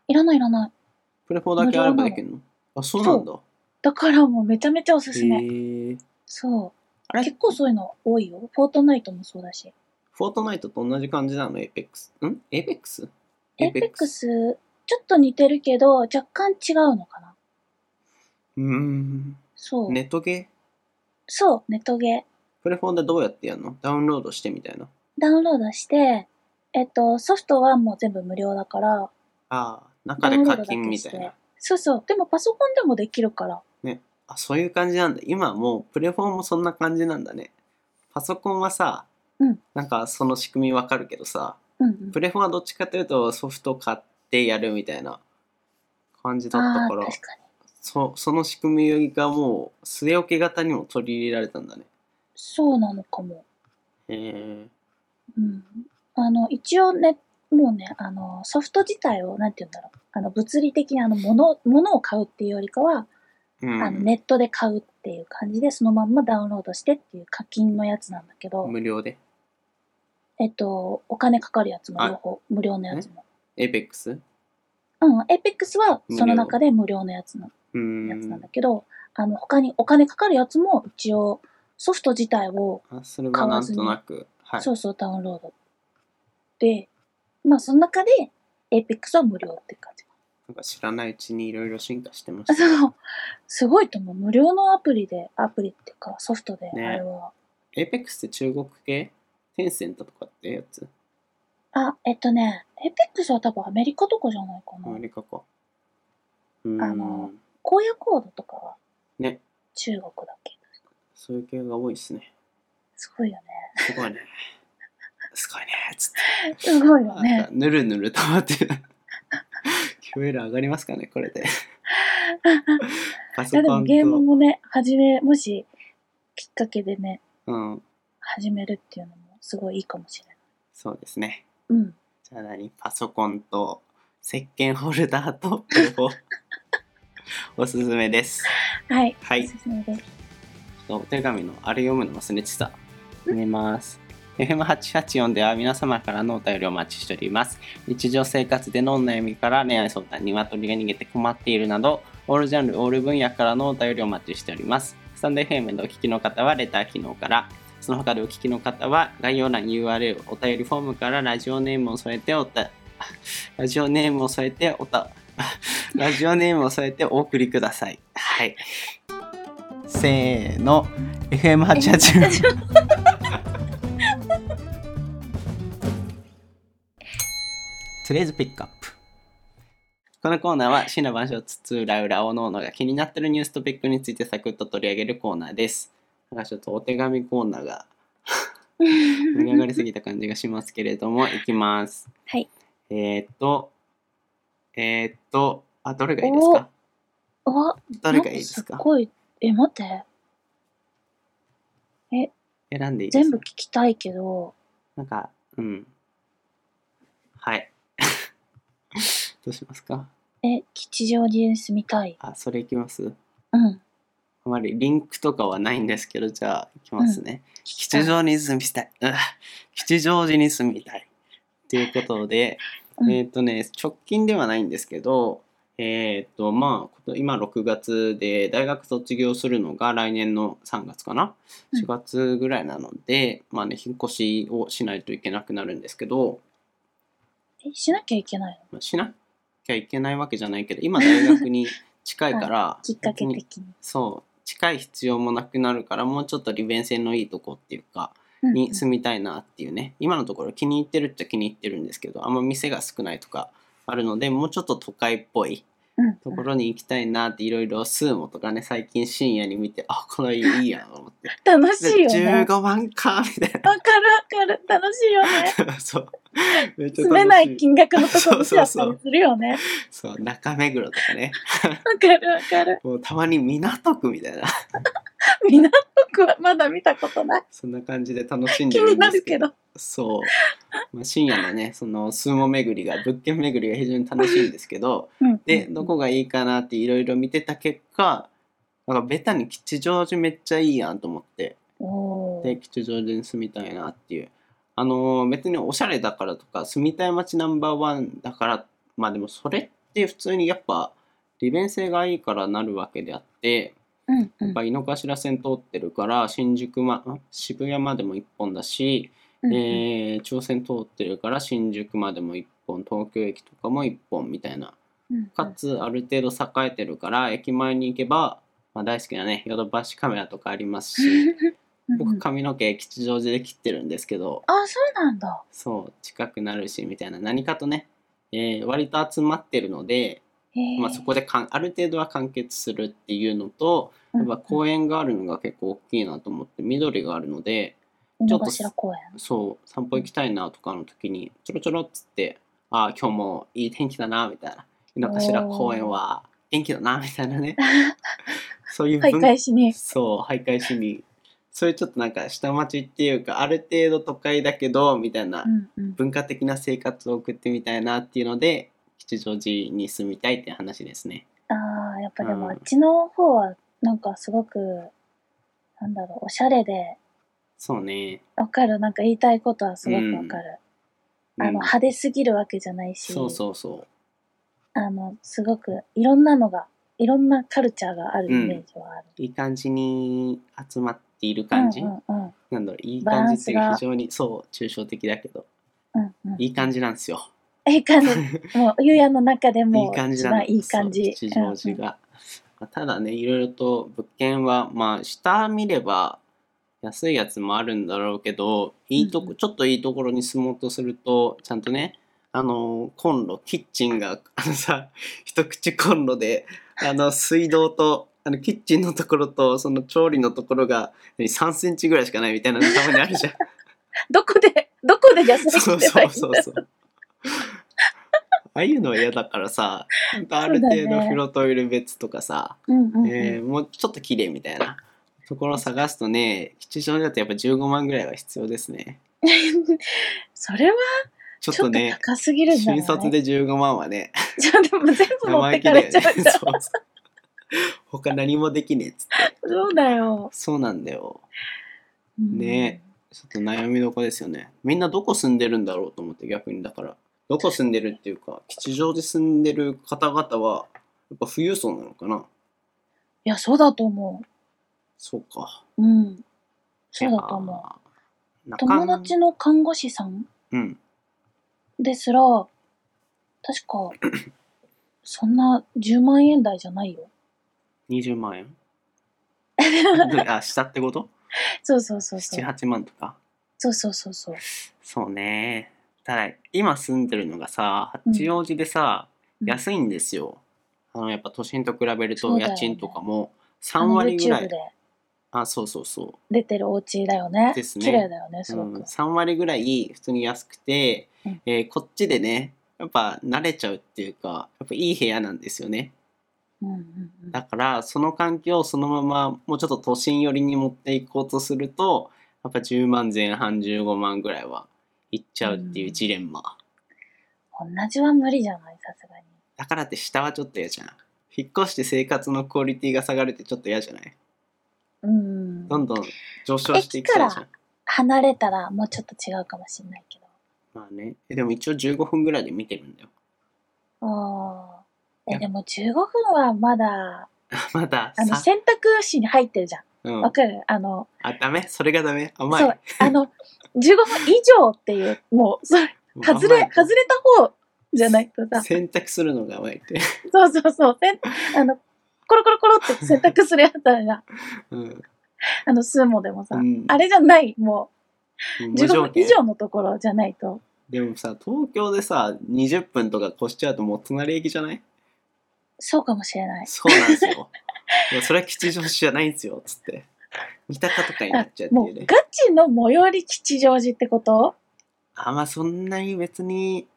Speaker 2: いらないいらない
Speaker 1: プレフォーだけあればできるのあそうなんだ
Speaker 2: だからもうめちゃめちゃおす
Speaker 1: へ
Speaker 2: すめ、
Speaker 1: ー
Speaker 2: そ
Speaker 1: あ
Speaker 2: う
Speaker 1: れ
Speaker 2: 結構そういうの多いよフォートナイトもそうだし
Speaker 1: フォートナイトと同じ感じなのエイペックス。んエイペックス
Speaker 2: エイペック。スちょっと似てるけど若干違うのかな
Speaker 1: うーん。
Speaker 2: そう、
Speaker 1: ネット系
Speaker 2: そうネットゲ
Speaker 1: プレフォンでどうやってやるのダウンロードしてみたいな。
Speaker 2: ーダウンロードしてえっとソフトはもう全部無料だから
Speaker 1: ああ、中で課金みたい
Speaker 2: ダウンロードだけし
Speaker 1: な
Speaker 2: て。そうそうでもパソコンでもできるから
Speaker 1: あ、そういう感じなんだ。今もうプレフォンもそんな感じなんだね。パソコンはさ、
Speaker 2: うん
Speaker 1: なんかその仕組みわかるけどさ、
Speaker 2: うんうん
Speaker 1: プレフォンはどっちかというとソフト買ってやるみたいな感じだったから
Speaker 2: あー、確かに
Speaker 1: そその仕組みがもう据え置き型にも取り入れられたんだね。
Speaker 2: そうなのかも
Speaker 1: へえ。
Speaker 2: うんあの、一応ね、もうね、あの、ソフト自体を、なんて言うんだろう。あの、物理的にあの、物、物を買うっていうよりかは、
Speaker 1: うん
Speaker 2: あのネットで買うっていう感じで、そのまんまダウンロードしてっていう課金のやつなんだけど、
Speaker 1: 無料で
Speaker 2: えっと、お金かかるやつも両方、無料のやつも。
Speaker 1: ?APEX?
Speaker 2: うん、エイペックスはその中で無料のやつの
Speaker 1: うー
Speaker 2: やつなん
Speaker 1: ん
Speaker 2: だけど、あの、他にお金かかるやつも一応ソフト自体を、
Speaker 1: あそれはなんとなくはい
Speaker 2: そうそうダウンロード。で、まあその中でエイペックスは無料って感じ。
Speaker 1: なんか知らないうちにいろいろ進化してま
Speaker 2: あ
Speaker 1: した
Speaker 2: そう、すごいと思う。無料のアプリで、アプリっていうかソフトで、あ
Speaker 1: ね
Speaker 2: れは。
Speaker 1: APEX って中国系テンセントとかってやつ
Speaker 2: あ、えっとね、エイペックスは多分アメリカとかじゃないか
Speaker 1: ア
Speaker 2: な
Speaker 1: メ。リカかうーん
Speaker 2: あの荒野コードとかは
Speaker 1: ね
Speaker 2: 中国だっけ
Speaker 1: そういう系が多いですね
Speaker 2: すごいよね。
Speaker 1: す ごいねすごいねつって
Speaker 2: すごいよ
Speaker 1: なん
Speaker 2: ね
Speaker 1: か。ぬるぬる溜まってる QL 上がりますかねこれ でパ
Speaker 2: い
Speaker 1: ソ
Speaker 2: やで
Speaker 1: コ
Speaker 2: も
Speaker 1: ン
Speaker 2: ゲーム
Speaker 1: と、
Speaker 2: もね、始め、もしきっかけでね、
Speaker 1: うん、
Speaker 2: 始めるっていうのもすごいいいかもしれない。
Speaker 1: そうですね
Speaker 2: うん。
Speaker 1: じゃあ何パソコンと石鹸ホルダーと両方おすすめです
Speaker 2: はい。
Speaker 1: はい
Speaker 2: おすすめです。
Speaker 1: お手紙のあれ読むの忘れてた読みます FM884 では皆様からのお便りをお待ちしております日常生活でのお悩みから恋愛相談鶏が逃げて困っているなどオールジャンルオール分野からのお便りをお待ちしておりますスタンド FM でお聞きの方はレター機能からその他でお聞きの方は概要欄に URL お便りフォームからラジオネームを添えておた ラジオネームを添えておた ラジオネームを添えてお送りくださいはいせーの FM884 Today's Pick Up このコーナーは死の場所つつ裏裏おのおのが気になってるニューストピックについてサクッと取り上げるコーナーですなんかちょっとお手紙コーナーが盛り 上がりすぎた感じがしますけれど もいきます
Speaker 2: はい
Speaker 1: えーっとえーっとあどれがいいですか
Speaker 2: お、
Speaker 1: どれがいいです
Speaker 2: なん
Speaker 1: か
Speaker 2: すっごい、え、待って。
Speaker 1: 選んでいいです
Speaker 2: 全部聞きたいけど、
Speaker 1: なんかうんはい どうしますか
Speaker 2: え、吉祥寺に住みたい。
Speaker 1: あそれいきます
Speaker 2: うん。
Speaker 1: あまりリンクとかはないんですけど、じゃあ、いきますね。
Speaker 2: 聞きたい
Speaker 1: 吉祥寺に住みたい。うん吉祥寺に住みたい。ということで、
Speaker 2: うん
Speaker 1: えっ、とね、直近ではないんですけど、えっ、と、まあこと、今6月で、大学卒業するのが来年の3月かな
Speaker 2: うん
Speaker 1: ?4 月ぐらいなので、まあね、引っ越しをしないといけなくなるんですけど、
Speaker 2: え、しなきゃいけないの
Speaker 1: まあしなきゃいけないわけじゃないけど、今大学に近い から、
Speaker 2: きっか
Speaker 1: 別
Speaker 2: け
Speaker 1: に
Speaker 2: 的に。
Speaker 1: そう近い必要もなくなるからもうちょっと利便性のいいとこっていうか
Speaker 2: うん
Speaker 1: に住みたいなっていうね今のところ気に入ってるっちゃ気に入ってるんですけどあんま店が少ないとかあるのでもうちょっと都会っぽい
Speaker 2: うんうん
Speaker 1: ところに行きたいなっていろいろスーモとかね最近深夜に見てあこの家いいやんと思 って
Speaker 2: 楽しい
Speaker 1: で
Speaker 2: よね。
Speaker 1: 15万かみたい
Speaker 2: わかるわかる。楽し いよね。
Speaker 1: なそうめっちゃ
Speaker 2: 住めな
Speaker 1: 楽し
Speaker 2: い金額のところだった
Speaker 1: そうそうそう
Speaker 2: りするよね。
Speaker 1: そう中目黒とかね
Speaker 2: わかるわかる。
Speaker 1: もうたまに港区みたいな
Speaker 2: 港区はまだ見たことない。
Speaker 1: そんな感じで楽しんで
Speaker 2: 気
Speaker 1: る
Speaker 2: に
Speaker 1: んで
Speaker 2: な
Speaker 1: す
Speaker 2: る
Speaker 1: け
Speaker 2: け
Speaker 1: ど
Speaker 2: ど。
Speaker 1: そう、まあ、深夜のねそのスーモ巡りが物件巡りが非常に楽しいんですけど
Speaker 2: うん
Speaker 1: でどこがいいかなっていろいろ見てた結果なんかベタに吉祥寺めっちゃいいやんと思って
Speaker 2: おー
Speaker 1: で吉祥寺に住みたいなっていうあのー別におしゃれだからとか住みたい街ナンバーワンだからまあでもそれって普通にやっぱ利便性がいいからなるわけであって
Speaker 2: うんう
Speaker 1: やっ
Speaker 2: ん
Speaker 1: ぱ井の頭線通ってるから新宿、ま、ん渋谷までも一本だし
Speaker 2: うんうん
Speaker 1: えー、朝鮮通ってるから新宿までも1本東京駅とかも1本みたいな
Speaker 2: うん
Speaker 1: かつある程度栄えてるから駅前に行けば、まあ、大好きなねヨドバシカメラとかありますし
Speaker 2: うんう
Speaker 1: 僕
Speaker 2: ん
Speaker 1: 髪の毛吉祥寺で切ってるんですけど
Speaker 2: あ、そうなんだ。
Speaker 1: そう近くなるしみたいな何かとね、えー割と集まってるので、
Speaker 2: へー
Speaker 1: まあ、そこでかんある程度は完結するっていうのと
Speaker 2: うん
Speaker 1: や
Speaker 2: う
Speaker 1: っぱ
Speaker 2: ん
Speaker 1: 公園があるのが結構大きいなと思って緑があるので。
Speaker 2: 井
Speaker 1: ちょ
Speaker 2: の
Speaker 1: っと
Speaker 2: 頭公園。
Speaker 1: そう散歩行きたいなとかの時にちょろちょろっつって「ああ今日もいい天気だな」みたいな「井の頭公園は元気だな」みたいな ねそういう
Speaker 2: 徘
Speaker 1: 文
Speaker 2: 徊しに。
Speaker 1: そう徘徊しにそういうちょっとなんか下町っていうかある程度都会だけどみたいな
Speaker 2: うんうん
Speaker 1: 文化的な生活を送ってみたいなっていうので吉祥寺に住みたいっていう話ですね。
Speaker 2: ああ、やっぱで
Speaker 1: うん
Speaker 2: もあっちの方はなんかすごく、なんだろう、おしゃれで、
Speaker 1: そうね。
Speaker 2: わかる、なんか言いたいことはすごくわかる。
Speaker 1: うん
Speaker 2: あの、派手すぎるわけじゃないし、
Speaker 1: そうそうそ
Speaker 2: あの、すごくいろんなのが、いろんなカルチャーがある
Speaker 1: うん
Speaker 2: イメージはある。
Speaker 1: う。いい感じに集まっている感じ。
Speaker 2: うんうんうん。
Speaker 1: なんだろう、いい
Speaker 2: バラ
Speaker 1: 感じ
Speaker 2: ン
Speaker 1: って
Speaker 2: ス
Speaker 1: いうか
Speaker 2: が
Speaker 1: 非常に、そう、抽象的だけど、
Speaker 2: うんうん、
Speaker 1: いい感じなんですよ。
Speaker 2: いい感じ。もう、ゆうやの中で
Speaker 1: い
Speaker 2: も、
Speaker 1: いう感じ
Speaker 2: 一
Speaker 1: なの
Speaker 2: 番いい感じ。
Speaker 1: そう吉祥寺
Speaker 2: うんうん
Speaker 1: が。まあただね、いろいろと物件は、まあ、下見れば安いやつもあるんだろうけど、いいと
Speaker 2: うんう
Speaker 1: こ、ちょっといいところに住もうとすると、ちゃんとね、あの、コンロ、キッチンが、あのさ、一口コンロで、あの、水道と、あのキッチンのところとその調理のところが3センチぐらいしかないみたいなのたまにあるじゃん。
Speaker 2: どこで、どこで野菜
Speaker 1: そ
Speaker 2: 切
Speaker 1: う
Speaker 2: ればい
Speaker 1: そ
Speaker 2: いん
Speaker 1: う
Speaker 2: だ
Speaker 1: そうそう。ああいうのは嫌だからさ、ほんとある程
Speaker 2: そう
Speaker 1: 度
Speaker 2: だね
Speaker 1: 風呂トイレ別とかさ、
Speaker 2: うんうんうん
Speaker 1: えーもうちょっと綺麗みたいなところを探すとね、吉祥寺だとやっぱ15万ぐらいは必要ですね。
Speaker 2: それは
Speaker 1: ちょ
Speaker 2: ちょ
Speaker 1: っ
Speaker 2: っ
Speaker 1: と
Speaker 2: と
Speaker 1: ね、
Speaker 2: 高すぎるんじゃな
Speaker 1: 新
Speaker 2: い
Speaker 1: 卒で15万はね、
Speaker 2: じゃあでも全部持っ
Speaker 1: 生意
Speaker 2: て
Speaker 1: 気だ
Speaker 2: かれ
Speaker 1: よ
Speaker 2: ちゃ
Speaker 1: ね。
Speaker 2: う
Speaker 1: そう
Speaker 2: じゃん。
Speaker 1: そう。他何もできねえっつって。
Speaker 2: そうだよ。
Speaker 1: そうなんだよ。
Speaker 2: うん
Speaker 1: ねちょっと悩みどこですよね。みんなどこ住んでるんだろうと思って逆にだから。どこ住んでるっていうか、吉祥寺住んでる方々は、やっぱ富裕層なのかない
Speaker 2: や、そうだと思
Speaker 1: そうか。
Speaker 2: う。うん。そうだと思
Speaker 1: う。な
Speaker 2: う。
Speaker 1: かな
Speaker 2: 友達の看護師さん
Speaker 1: うん。
Speaker 2: ですら、確か、そんな10万円台じゃないよ。
Speaker 1: 20万 円あ、下ってこと
Speaker 2: そうそうそうそ
Speaker 1: ?7、
Speaker 2: う。
Speaker 1: 8万とか。
Speaker 2: そうそうそうそう。
Speaker 1: そうね。ただ、今住んでるのがさ、
Speaker 2: うん
Speaker 1: 八王子でさ、
Speaker 2: うん
Speaker 1: 安いんですよ。あの、やっぱ都心と比べる
Speaker 2: そ
Speaker 1: と
Speaker 2: うだよ
Speaker 1: 家
Speaker 2: ね
Speaker 1: 賃とかも3
Speaker 2: あの
Speaker 1: 割ぐら
Speaker 2: YouTube
Speaker 1: い
Speaker 2: で。
Speaker 1: あ、そうそうそう。
Speaker 2: 出てるお家だよね。
Speaker 1: ですね
Speaker 2: 綺麗だよね、すご
Speaker 1: うん、
Speaker 2: く。
Speaker 1: 3割ぐらい普通に安くて、
Speaker 2: うん
Speaker 1: えーこっちでねやっぱ慣れちゃうっていうかやっぱいい部屋なんですよね
Speaker 2: うんうんうん。
Speaker 1: だからその環境をそのままもうちょっと都心寄りに持っていこうとするとやっぱ10万前半15万ぐらいはいっちゃうっていうジレンマ、
Speaker 2: 同じは無理じゃない、さすがに。
Speaker 1: だからって下はちょっと嫌じゃん引っ越して生活のクオリティが下がるってちょっと嫌じゃない
Speaker 2: うん。
Speaker 1: どんどん上昇していきそうじゃん
Speaker 2: 離れたらもうちょっと違うかもしれないけど。
Speaker 1: まあねえでも一応15分ぐらいで見てるんだよ
Speaker 2: ああ。
Speaker 1: や
Speaker 2: え、でも15分はまだ、
Speaker 1: まだ
Speaker 2: あの、
Speaker 1: さ、
Speaker 2: 洗濯室に入ってるじゃん。
Speaker 1: うん
Speaker 2: わ、、かるあの、
Speaker 1: あダメそれがダメ甘い
Speaker 2: そう、あの、15分以上っていう、も う、それ、外れ、外れた方じゃないとさ、
Speaker 1: 選択するのが甘いって、
Speaker 2: そうそうそう、せんあの、コロコロコロって洗濯するやつあるじゃん。
Speaker 1: うん
Speaker 2: あの、スーモでもさ、
Speaker 1: うん
Speaker 2: あれじゃない、も
Speaker 1: う
Speaker 2: う、
Speaker 1: ん無
Speaker 2: 15
Speaker 1: 条
Speaker 2: 分
Speaker 1: 件
Speaker 2: 以上のところじゃないと。
Speaker 1: でもさ東京でさ20分とか越しちゃうともう隣駅じゃない
Speaker 2: そうかもしれない。
Speaker 1: そうなんですよいやそれは吉祥寺じゃないんですよつって三鷹とかになっちゃうって
Speaker 2: も
Speaker 1: いううね
Speaker 2: ガチの最寄り吉祥寺ってこと、
Speaker 1: あまあそんなに別に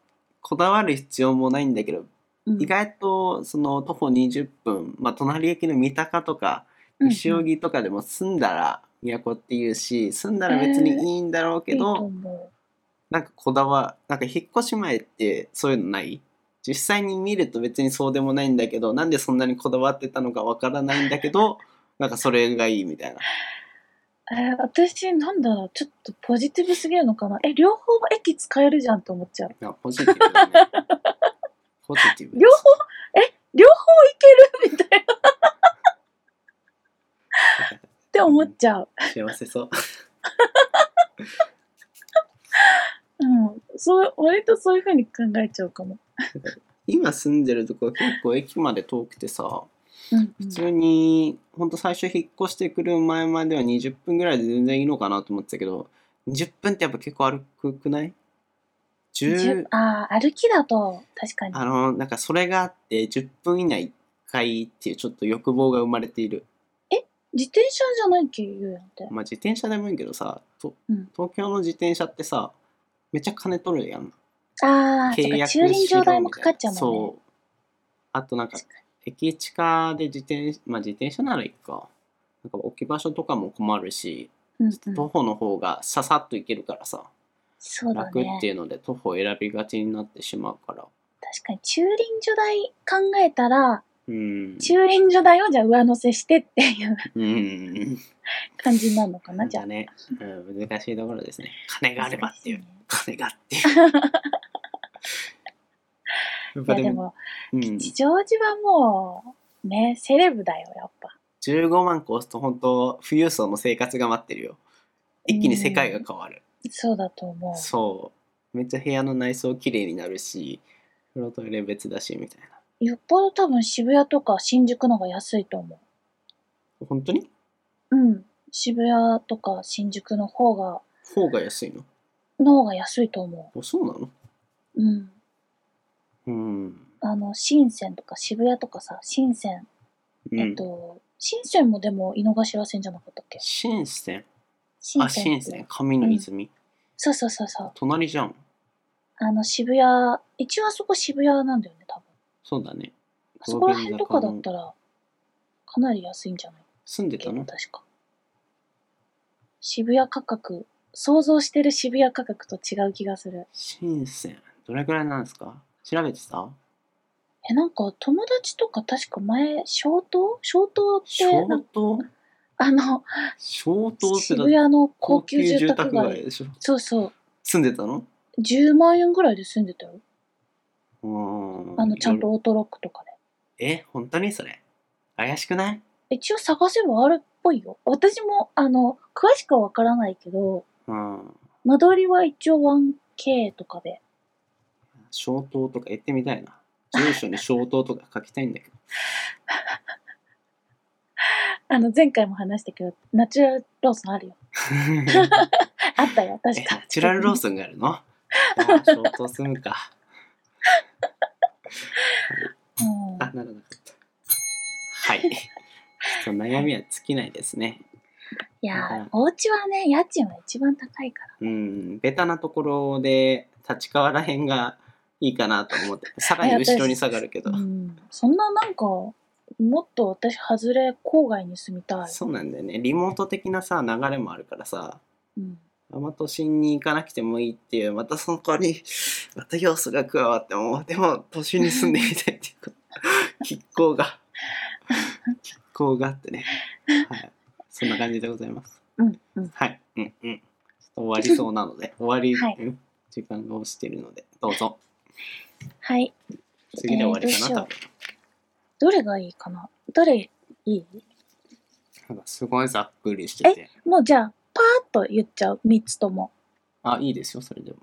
Speaker 1: こだわる必要もないんだけど、
Speaker 2: うん
Speaker 1: 意外とその徒歩20分まあ隣駅の三鷹とか
Speaker 2: うん
Speaker 1: 西荻とかでも住んだら都っていうし住んだら別にいいんだろうけど、
Speaker 2: いいと思
Speaker 1: なんかこだわなんか引っ越し前ってそういうのない実際に見ると別にそうでもないんだけどなんでそんなにこだわってたのかわからないんだけど なんかそれがいいみたいな
Speaker 2: うえー私なんだろうちょっとポジティブすぎるのかなえ両方駅使えるじゃんって思っちゃう
Speaker 1: なんかポジティブだ ねポジティブです
Speaker 2: 両方え両方いけるみたいなって思っちゃう、
Speaker 1: 幸せそう
Speaker 2: うん、そう割とそういう風に考えちゃうかも、
Speaker 1: 今住んでるとこ結構駅まで遠くてさ
Speaker 2: うんう
Speaker 1: 普
Speaker 2: ん、
Speaker 1: 通にほんと最初引っ越してくる前までは20分ぐらいで全然いいのかなと思ってたけど20分ってやっぱ結構歩くくない
Speaker 2: じ
Speaker 1: 10
Speaker 2: ゅあー歩きだと確かに
Speaker 1: あの、なんかそれがあって、10分以内1回っていうちょっと欲望が生まれている。
Speaker 2: 自転車じゃないっけ言うやんって
Speaker 1: まあ自転車でもいいけどさ、と
Speaker 2: うん
Speaker 1: 東京の自転車ってさ、めっちゃ金取るやん。
Speaker 2: ああ
Speaker 1: 契約し
Speaker 2: 駐
Speaker 1: ろ
Speaker 2: 輪場代もかかっちゃうもんね
Speaker 1: そう。あとなんか
Speaker 2: 確、か
Speaker 1: 駅近で自転車、まあ自転車ならいいか。なんか置き場所とかも困るし、
Speaker 2: にうんうん
Speaker 1: 徒歩の方がささっと行けるからさ、
Speaker 2: そうだ
Speaker 1: 楽っ
Speaker 2: ね
Speaker 1: ていうので徒歩選びがちになってしまうから。
Speaker 2: 確かに駐輪場代考えたら
Speaker 1: うん。
Speaker 2: 駐輪所だよ、じゃあ上乗せしてっていう
Speaker 1: うん。
Speaker 2: 感じなのかな、じゃ
Speaker 1: だ
Speaker 2: あ。
Speaker 1: ね、うん。難しいところですね。金があればっていう。金がっていう。 やっ
Speaker 2: い
Speaker 1: ぱ
Speaker 2: やで、も、
Speaker 1: うん、
Speaker 2: 吉祥寺はもう、ね、セレブだよ、やっぱ。
Speaker 1: 15万個押すと本当富裕層の生活が待ってるよ一気に世界が変わる、
Speaker 2: そうだと思う。
Speaker 1: そうめっちゃ部屋の内装綺麗になるし風呂トイレ別だしみたいな
Speaker 2: よっぽど多分渋谷とか新宿のが安いと思
Speaker 1: 本当に
Speaker 2: う。うん。渋谷とか新宿の方が、
Speaker 1: 方が安いの
Speaker 2: の方が安いと思
Speaker 1: あそうなの
Speaker 2: う。うん。
Speaker 1: うん、
Speaker 2: あの、深センとか渋谷とかさ、深セン、
Speaker 1: うん、
Speaker 2: えっと、深センもでも井の頭線じゃなかったっけ
Speaker 1: 新鮮
Speaker 2: 深
Speaker 1: あ
Speaker 2: セン
Speaker 1: 新鮮神の泉、
Speaker 2: そうそうそうそう。
Speaker 1: 隣じゃん
Speaker 2: あの、渋谷、一応あそこ渋谷なんだよね、多分。
Speaker 1: そうだね
Speaker 2: あそこら辺とかだったら、かなり安いんじゃない
Speaker 1: 住んで
Speaker 2: け
Speaker 1: た
Speaker 2: ど、
Speaker 1: の
Speaker 2: 確か。渋谷価格、想像してる渋谷価格と違う気がする。
Speaker 1: 新鮮どれくらいなんですか調べてた
Speaker 2: え、なんか友達とか確か前、消灯消灯って
Speaker 1: 消
Speaker 2: なんか、
Speaker 1: 灯
Speaker 2: あの、
Speaker 1: 消灯って
Speaker 2: 渋
Speaker 1: だ
Speaker 2: 谷の高級住
Speaker 1: 高
Speaker 2: 宅街。
Speaker 1: でしょ
Speaker 2: そうそう。
Speaker 1: 住んでたの
Speaker 2: 10万円ぐらいで住んでたよ。
Speaker 1: うん
Speaker 2: あの、ちゃんとオートロックとかで。
Speaker 1: え本当にそれ怪しくない
Speaker 2: 一応探せばあるっぽいよ。私も、あの、詳しくはわからないけど、
Speaker 1: うん
Speaker 2: 間取りは一応 1K とかで。
Speaker 1: 消灯とか言ってみたいな住所に消灯とか書きたいん だけど
Speaker 2: あの、前回も話したけど、ナチュラルローソンあるよ。あったよ、
Speaker 1: え
Speaker 2: 確か
Speaker 1: ナ。チュラルロー
Speaker 2: ソン
Speaker 1: ソンがあるのあー消灯するか。
Speaker 2: うん
Speaker 1: あならなかったはいちょっと悩みは尽きないですね
Speaker 2: いやー、お家はね、家賃は一番高いから。
Speaker 1: うんベタなところで立川らへんがいいかなと思 ってさらに後ろに下がるけど
Speaker 2: うん。そんななんか、もっと私、外れ郊外に住みたい。
Speaker 1: そうなんだよねリモート的なさ流れもあるからさ
Speaker 2: うん。
Speaker 1: あんま都心に行かなくてもいいっていうまたそこに また要素が加わってもでも都心に住んでみたいっていうこと 拮抗 が拮抗があってね、はい、そんな感じでございます
Speaker 2: うん、うん。
Speaker 1: はいうんうんちょっと終わりそうなの で終わり、
Speaker 2: はい
Speaker 1: うん時間が落ちてるのでどうぞ
Speaker 2: はい。
Speaker 1: 次で終わりかな、多
Speaker 2: えーどうどれがいいかなどれいい
Speaker 1: 分なんかすごいざっくりしてて
Speaker 2: もうじゃあ、パーッと言っちゃう、3つとも。
Speaker 1: あいいですよそれでも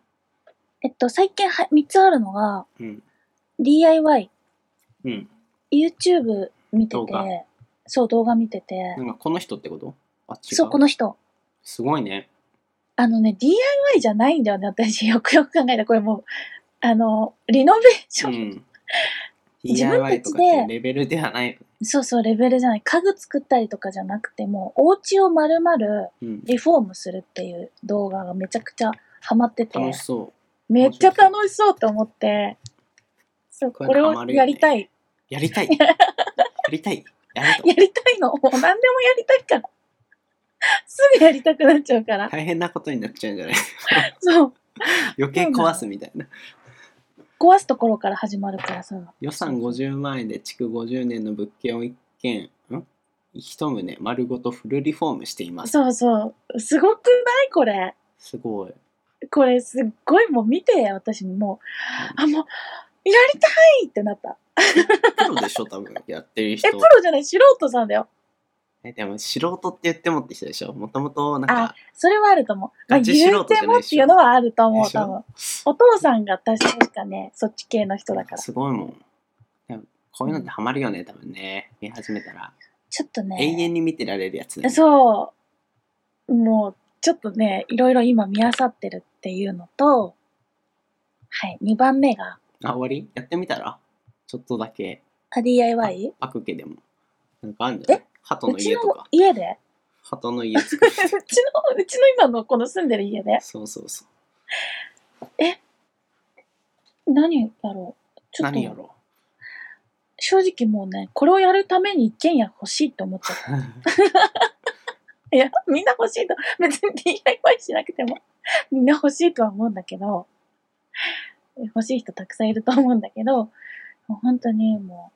Speaker 2: えっと、最近は3つあるのが、
Speaker 1: うん
Speaker 2: DIY、
Speaker 1: うん、
Speaker 2: YouTube 見て
Speaker 1: 動画
Speaker 2: て、そう、動画見てて
Speaker 1: な、んかこの人ってことあ違う
Speaker 2: そう、この人。
Speaker 1: すごいね
Speaker 2: あのね、DIY じゃないんだよね、私。よくよく考えたら、これもう、あの、リノベーション。
Speaker 1: ん、
Speaker 2: 自分
Speaker 1: DIY
Speaker 2: た
Speaker 1: と
Speaker 2: ち
Speaker 1: か
Speaker 2: で
Speaker 1: ってレベルではない、
Speaker 2: そうそう、レベルじゃない。家具作ったりとかじゃなくて、もう、お家を丸々
Speaker 1: うん、
Speaker 2: リフォームするっていう動画がめちゃくちゃハマってて、
Speaker 1: 楽しそ
Speaker 2: めっちゃ楽しそうって思って、そう、
Speaker 1: こ
Speaker 2: こ
Speaker 1: ういう
Speaker 2: れ
Speaker 1: のハ
Speaker 2: を
Speaker 1: マるよね
Speaker 2: やりたい。
Speaker 1: うやりたいやりたいやると
Speaker 2: やりたいの。もう何でもやりたいから。すぐやりたくなっちゃうから。
Speaker 1: 大変なことになっちゃうんじゃない
Speaker 2: そう。
Speaker 1: 余計壊すみたいな
Speaker 2: 壊すところから始まるからさ。
Speaker 1: 予算50万円で築50年の物件を一軒ん一棟丸ごとフルリフォームしています
Speaker 2: そうそう。すごくないこれ。
Speaker 1: すごい
Speaker 2: これすっごいもう見て、私もう、あ、もう、やりたいってなった。
Speaker 1: プロでしょ多分やってる
Speaker 2: え、
Speaker 1: 人
Speaker 2: プロじゃない、素人さんだよ。
Speaker 1: えでも素人って言ってもって人でしょもともとなんか
Speaker 2: それはあると思う。まあ、
Speaker 1: ガチ
Speaker 2: 言
Speaker 1: 素人
Speaker 2: う
Speaker 1: じゃな
Speaker 2: て
Speaker 1: い
Speaker 2: も
Speaker 1: で
Speaker 2: っ
Speaker 1: してょ
Speaker 2: いうのはあると思
Speaker 1: で
Speaker 2: う、
Speaker 1: しょ
Speaker 2: 多分。お父さんが確かね、そっち系の人だから。
Speaker 1: すごいもんでもこういうのってハマるよね多分ね見始めたら、
Speaker 2: ちょっと
Speaker 1: 永
Speaker 2: ね、
Speaker 1: 遠に見てられるやつだよね
Speaker 2: そう、もう、ちょっとね、いろいろ今見あさってるっていうのと、はい、2番目が、
Speaker 1: あ、終わりやってみたらちょっとだけ、
Speaker 2: あ DIY?
Speaker 1: パク家でも。なんかあるんじゃない鳩
Speaker 2: う
Speaker 1: の
Speaker 2: ち
Speaker 1: 家と
Speaker 2: の
Speaker 1: か。
Speaker 2: 家で
Speaker 1: 鳩の家作
Speaker 2: う
Speaker 1: る。
Speaker 2: ちの、うちの今のこの住んでる家で
Speaker 1: そうそうそう。
Speaker 2: 何やろうちょっと
Speaker 1: 何やろ
Speaker 2: 正直もうね、これをやるために一軒家欲しいと思っちゃっ
Speaker 1: う。
Speaker 2: た。い や、みんな欲しいと、別に DIY しなくても、みんな欲しいとは思うんだけど、欲しい人たくさんいると思うんだけど、もう本当にも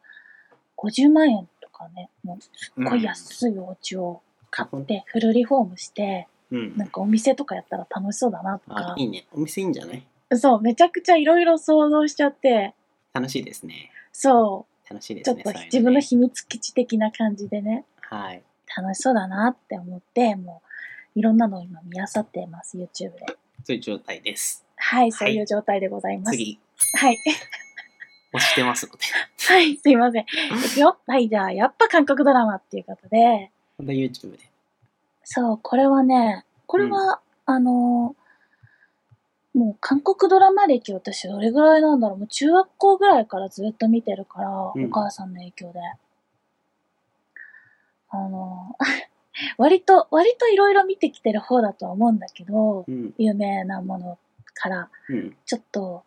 Speaker 2: う、 50万円とかね、もうす
Speaker 1: うん
Speaker 2: っごい安いお家を買って、フルリフォームして、
Speaker 1: うん
Speaker 2: なんかお店とかやったら楽しそうだなと
Speaker 1: あ
Speaker 2: か
Speaker 1: い、いねお店いいんじゃない
Speaker 2: そう、めちゃくちゃいろいろ想像しちゃって、
Speaker 1: 楽しいですね
Speaker 2: そ、
Speaker 1: 楽しいうで
Speaker 2: ち
Speaker 1: す
Speaker 2: ょっ
Speaker 1: ね
Speaker 2: と
Speaker 1: そういう
Speaker 2: 自分の
Speaker 1: ね
Speaker 2: 秘密基地的な感じでね、
Speaker 1: はい
Speaker 2: 楽しそうだなって思って、もういろんなのを今見漁ってます、YouTube で。
Speaker 1: そういう状態です
Speaker 2: はい、そういう状態でございます。
Speaker 1: 次
Speaker 2: はい。
Speaker 1: 押してますので
Speaker 2: はい、すいません。いくよ。はい、じゃあ、やっぱ韓国ドラマっていうことで、
Speaker 1: また YouTube で
Speaker 2: そう、これはね、これは、あのー、もう韓国ドラマ歴私どれぐらいなんだろう。もう中学校ぐらいからずっと見てるから、
Speaker 1: うん
Speaker 2: お母さんの影響で。あの ー、割と、割といろいろ見てきてる方だとは思うんだけど、
Speaker 1: うん
Speaker 2: 有名なものから、
Speaker 1: うん
Speaker 2: ちょっと、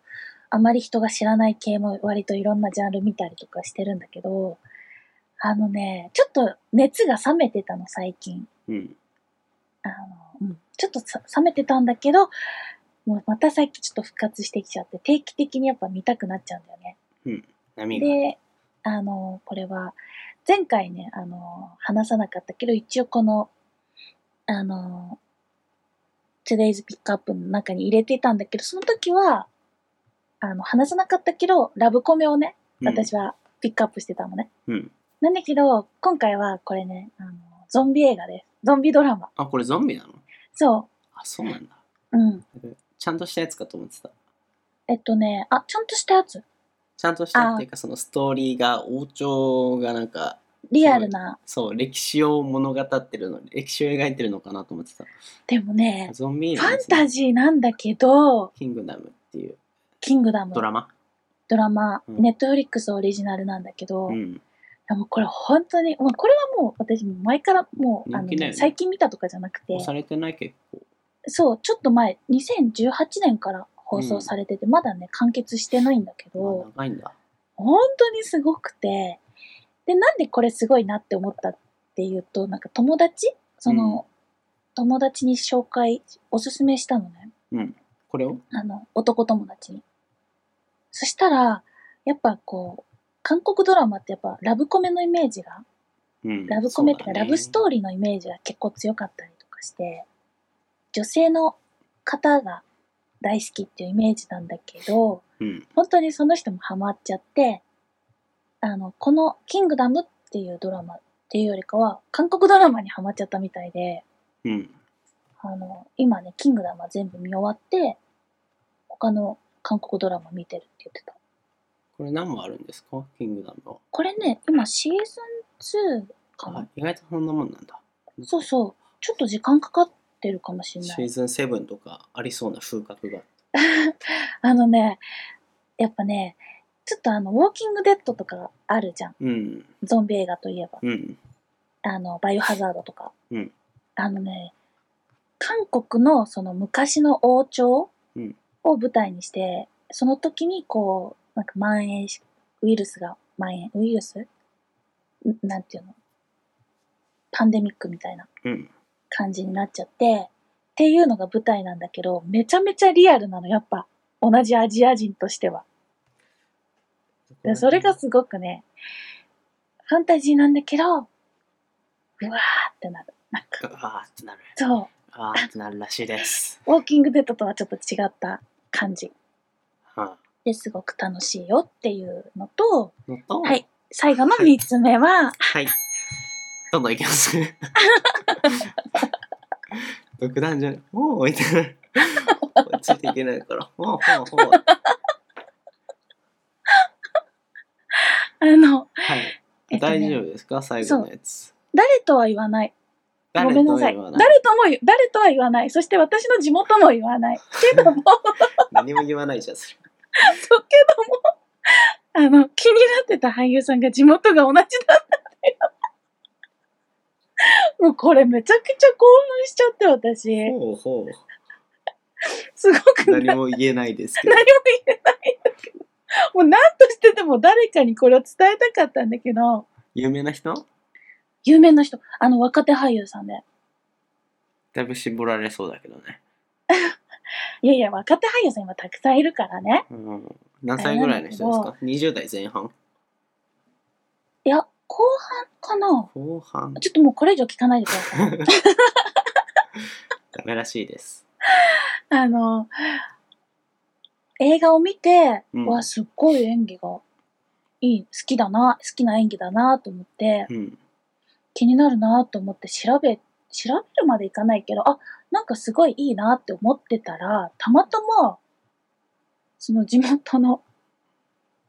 Speaker 2: あまり人が知らない系も割といろんなジャンル見たりとかしてるんだけど、あのね、ちょっと熱が冷めてたの、最近。
Speaker 1: うん
Speaker 2: あの、うん、ちょっとさ冷めてたんだけど、もうまた最近ちょっと復活してきちゃって、定期的にやっぱ見たくなっちゃうんだよね。
Speaker 1: 波が
Speaker 2: で、あの、これは、前回ね、あの、話さなかったけど、一応この、あの、Today's Pickup の中に入れてたんだけど、その時は、あの、話さなかったけど、ラブコメをね、私
Speaker 1: は
Speaker 2: はピックアップしてたのね。
Speaker 1: うん
Speaker 2: なんだけど、今回はこれね、あの、ゾンビ映画です。ゾンビドラマ。
Speaker 1: あこれゾンビなの
Speaker 2: そ
Speaker 1: あそうなんだ
Speaker 2: う。うん。
Speaker 1: ちゃんとしたやつかと思ってた
Speaker 2: えっとね、あ、ちゃんとしたやつ。
Speaker 1: ちゃんとしたっていうかそのストーリーが王朝がなんか
Speaker 2: リアルな。
Speaker 1: そう歴史を物語ってるの歴史を描いてるのかなと思ってた
Speaker 2: でもね、
Speaker 1: ゾンビ映
Speaker 2: フ
Speaker 1: 画
Speaker 2: ァン
Speaker 1: ですね
Speaker 2: タジーなんだけど、
Speaker 1: キングダムっていう
Speaker 2: キングダム
Speaker 1: ドラマ
Speaker 2: ドラマ、
Speaker 1: うん
Speaker 2: ネットフリックスオリジナルなんだけど、
Speaker 1: う
Speaker 2: い
Speaker 1: ん
Speaker 2: やもうこれ本当に、まあ、これはもう私も前からもう、あの
Speaker 1: 人気だよね
Speaker 2: 最近見たとかじゃなくて
Speaker 1: 押、されてない結構
Speaker 2: そう、ちょっと前、2018年から放送されてて、まだね、完結してないんだけど、
Speaker 1: まあ長いんだ
Speaker 2: 本当にすごくて、で、なんでこれすごいなって思ったっていうと、なんか友達その、友達に紹介、おすすめしたのね。
Speaker 1: うんこれを
Speaker 2: あの、男友達に。そしたら、やっぱこう、韓国ドラマってやっぱラブコメのイメージが、
Speaker 1: うん
Speaker 2: ラブコメって
Speaker 1: そう
Speaker 2: か
Speaker 1: だね
Speaker 2: ラブストーリーのイメージが結構強かったりとかして、女性の方が大好きっていうイメージなんだけど、
Speaker 1: うん
Speaker 2: 本当にその人もハマっちゃって、あの、このキングダムっていうドラマっていうよりかは、韓国ドラマにハマっちゃったみたいで、
Speaker 1: うん
Speaker 2: あの、今ね、キングダムは全部見終わって、他の韓国ドラマ見てるって言ってた。
Speaker 1: これ何もあるんですかキングダムは
Speaker 2: これね、今シーズン2かな、
Speaker 1: あ意外とそんなもんなんだ
Speaker 2: そうそう。ちょっと時間かかってるかもしれな
Speaker 1: シー
Speaker 2: い。
Speaker 1: ズン7とかありそうな風格が
Speaker 2: あのね、やっぱね、ちょっとあの、ウォーキングデッドとかあるじゃん。
Speaker 1: うん
Speaker 2: ゾンビ映画といえば。
Speaker 1: うん
Speaker 2: あの、バイオハザードとか。
Speaker 1: うん
Speaker 2: あのね、韓国のその昔の王朝
Speaker 1: うん
Speaker 2: を舞台にして、その時にこう、なんか蔓延し、ウイルスが蔓延、ウイルスんなんていうのパンデミックみたいな
Speaker 1: うん
Speaker 2: 感じになっちゃって、っていうのが舞台なんだけど、めちゃめちゃリアルなの、やっぱ。同じアジア人としては。でそれがすごくね、ファンタジーなんだけど、うわーってなる。なんか、
Speaker 1: あーってなる
Speaker 2: そう。
Speaker 1: あーってなるらしい です
Speaker 2: ウォーキングデッドとはちょっと違った感じ
Speaker 1: は
Speaker 2: ですごく楽しいよっていうのと、
Speaker 1: いのと
Speaker 2: はい最後の3つ目は、
Speaker 1: はい。どんどんいきます。独断じゃない。もう置いてない。追いついていけないから。ほうほうほう。
Speaker 2: あの、
Speaker 1: はい。
Speaker 2: えっとね
Speaker 1: 大丈夫ですか最後のやつ。
Speaker 2: 誰とは言わない。ごめんなさ
Speaker 1: 誰
Speaker 2: い。
Speaker 1: とも言わ
Speaker 2: 誰
Speaker 1: ない
Speaker 2: とも言う、誰とは言わない。そして私の地元も言わない。けども、
Speaker 1: 何も言わないじゃん。それ
Speaker 2: そうけども、あの、気になってた俳優さんが地元が同じだったんだよ。もうこれめちゃくちゃ興奮しちゃって私。
Speaker 1: ほうほう。
Speaker 2: すごくない
Speaker 1: 何も言えないですけど
Speaker 2: 何。も言えないんだけど。もう何としてでも誰かにこれを伝えたかったんだけど、
Speaker 1: 有名な人
Speaker 2: 有名な人、あの若手俳優さんで。
Speaker 1: だいぶ絞られそうだけどね。
Speaker 2: いやいや、若手俳優さん今たくさんいるからね。
Speaker 1: うん。何歳ぐらいの人ですか ?20 代前半。
Speaker 2: いや、後半かな
Speaker 1: 後半、
Speaker 2: ちょっともうこれ以上聞かないでください。
Speaker 1: ダメらしいです。
Speaker 2: あの、映画を見て、
Speaker 1: うん
Speaker 2: わ、すっごい演技がいい、好きだな、好きな演技だなと思って、
Speaker 1: うん。
Speaker 2: 気になるなと思って調べ、調べるまでいかないけど、あ、なんかすごいいいなって思ってたら、たまたま、その地元の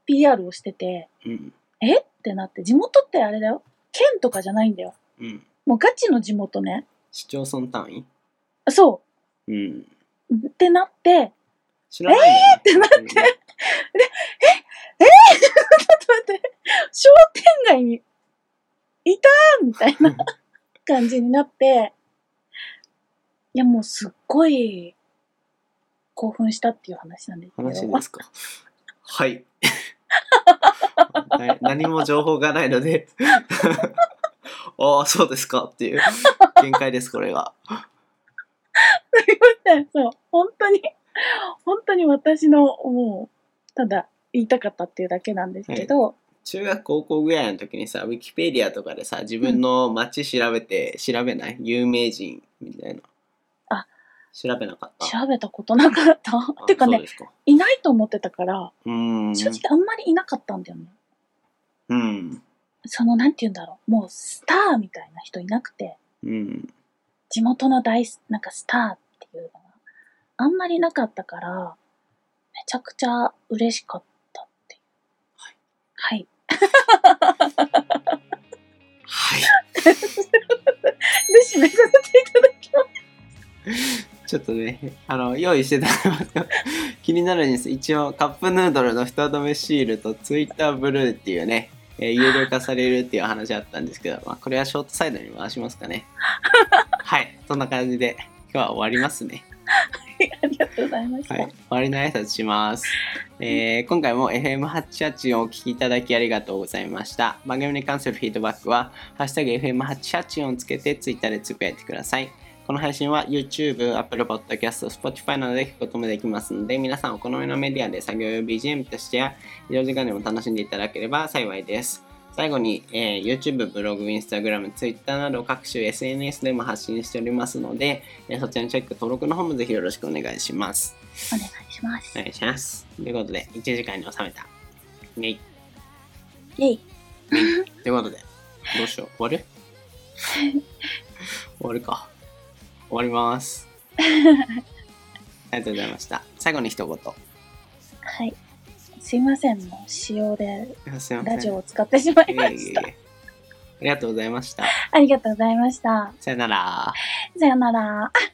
Speaker 2: PR をしてて、
Speaker 1: うん。
Speaker 2: えってなって、地元ってあれだよ。県とかじゃないんだよ。
Speaker 1: うん。
Speaker 2: もうガチの地元ね。
Speaker 1: 市町村単位
Speaker 2: そ
Speaker 1: うん。
Speaker 2: う。ってなって、
Speaker 1: 知らないよ、ね。えってなって。
Speaker 2: ちょっと待って、商店街にいたーみたいな感じになって、いやもうすっごい興奮したっていう話なんですけど。
Speaker 1: 話ですか。はい。 な何も情報がないので ああそうですかっていう限界ですこれは
Speaker 2: そう、本当に、本当に私のもう、ただ言いたかったっていうだけなんですけど、
Speaker 1: 中学高校ぐらいの時にさウィキペディアとかでさ自分の町調べて、調べない有名人みたいな
Speaker 2: あ
Speaker 1: 調べなかった
Speaker 2: 調べたことなかった。
Speaker 1: あ
Speaker 2: てか
Speaker 1: そう
Speaker 2: ね、
Speaker 1: ですか
Speaker 2: いないと思ってたから、
Speaker 1: うーん
Speaker 2: 正直あんまりいなかったんだよね。
Speaker 1: うん
Speaker 2: その、なんて言うんだろう。もうスターみたいな人いなくて。
Speaker 1: うん
Speaker 2: 地元の大ス、なんかスターっていうのがあんまりなかったから、めちゃくちゃ嬉しかったっていう。はい。
Speaker 1: はい
Speaker 2: で、締めさせていただきま
Speaker 1: ちょっとね、あの、用意してたのが 気になるんです。一応、カップヌードルの人止めシールとツイッターブルーっていうね、えー有料化されるっていう話あったんですけど、まあ、これはショートサイドに回しますか ね。はい、そんな感じで、今日は終わりますね。
Speaker 2: す。ありがとうございました。
Speaker 1: はい、終わりの挨拶します。えー今回も FM884 をお聞きいただきありがとうございました。番組に関するフィードバックは、ハッシュタグ FM884 をつけて Twitter でつぶやいてください。この配信は YouTube、Apple Podcast、Spotify などで聞くこともできますので、皆さんお好みのメディアで作業用 BGM としてや、移動時間でも楽しんでいただければ幸いです。最後に、えー YouTube、ブログ、Instagram、Twitter など各種 SNS でも発信しておりますので、えーそちらのチェック、登録の方もぜひよろしくお願いします。
Speaker 2: お願いします。
Speaker 1: お願いします。ということで、1時間に収めた。ねい。
Speaker 2: イェイ。
Speaker 1: ということで、どうしよう。終わる終わるか。終わります。ありがとうございました。最後に一言。
Speaker 2: はい。すいません、もう使用です
Speaker 1: いません。
Speaker 2: ラジオを使ってしまい
Speaker 1: い
Speaker 2: ま
Speaker 1: えいえ
Speaker 2: し
Speaker 1: い
Speaker 2: た。
Speaker 1: え。ありがとうございました。
Speaker 2: ありがとうございました。
Speaker 1: さよなら。
Speaker 2: さよなら。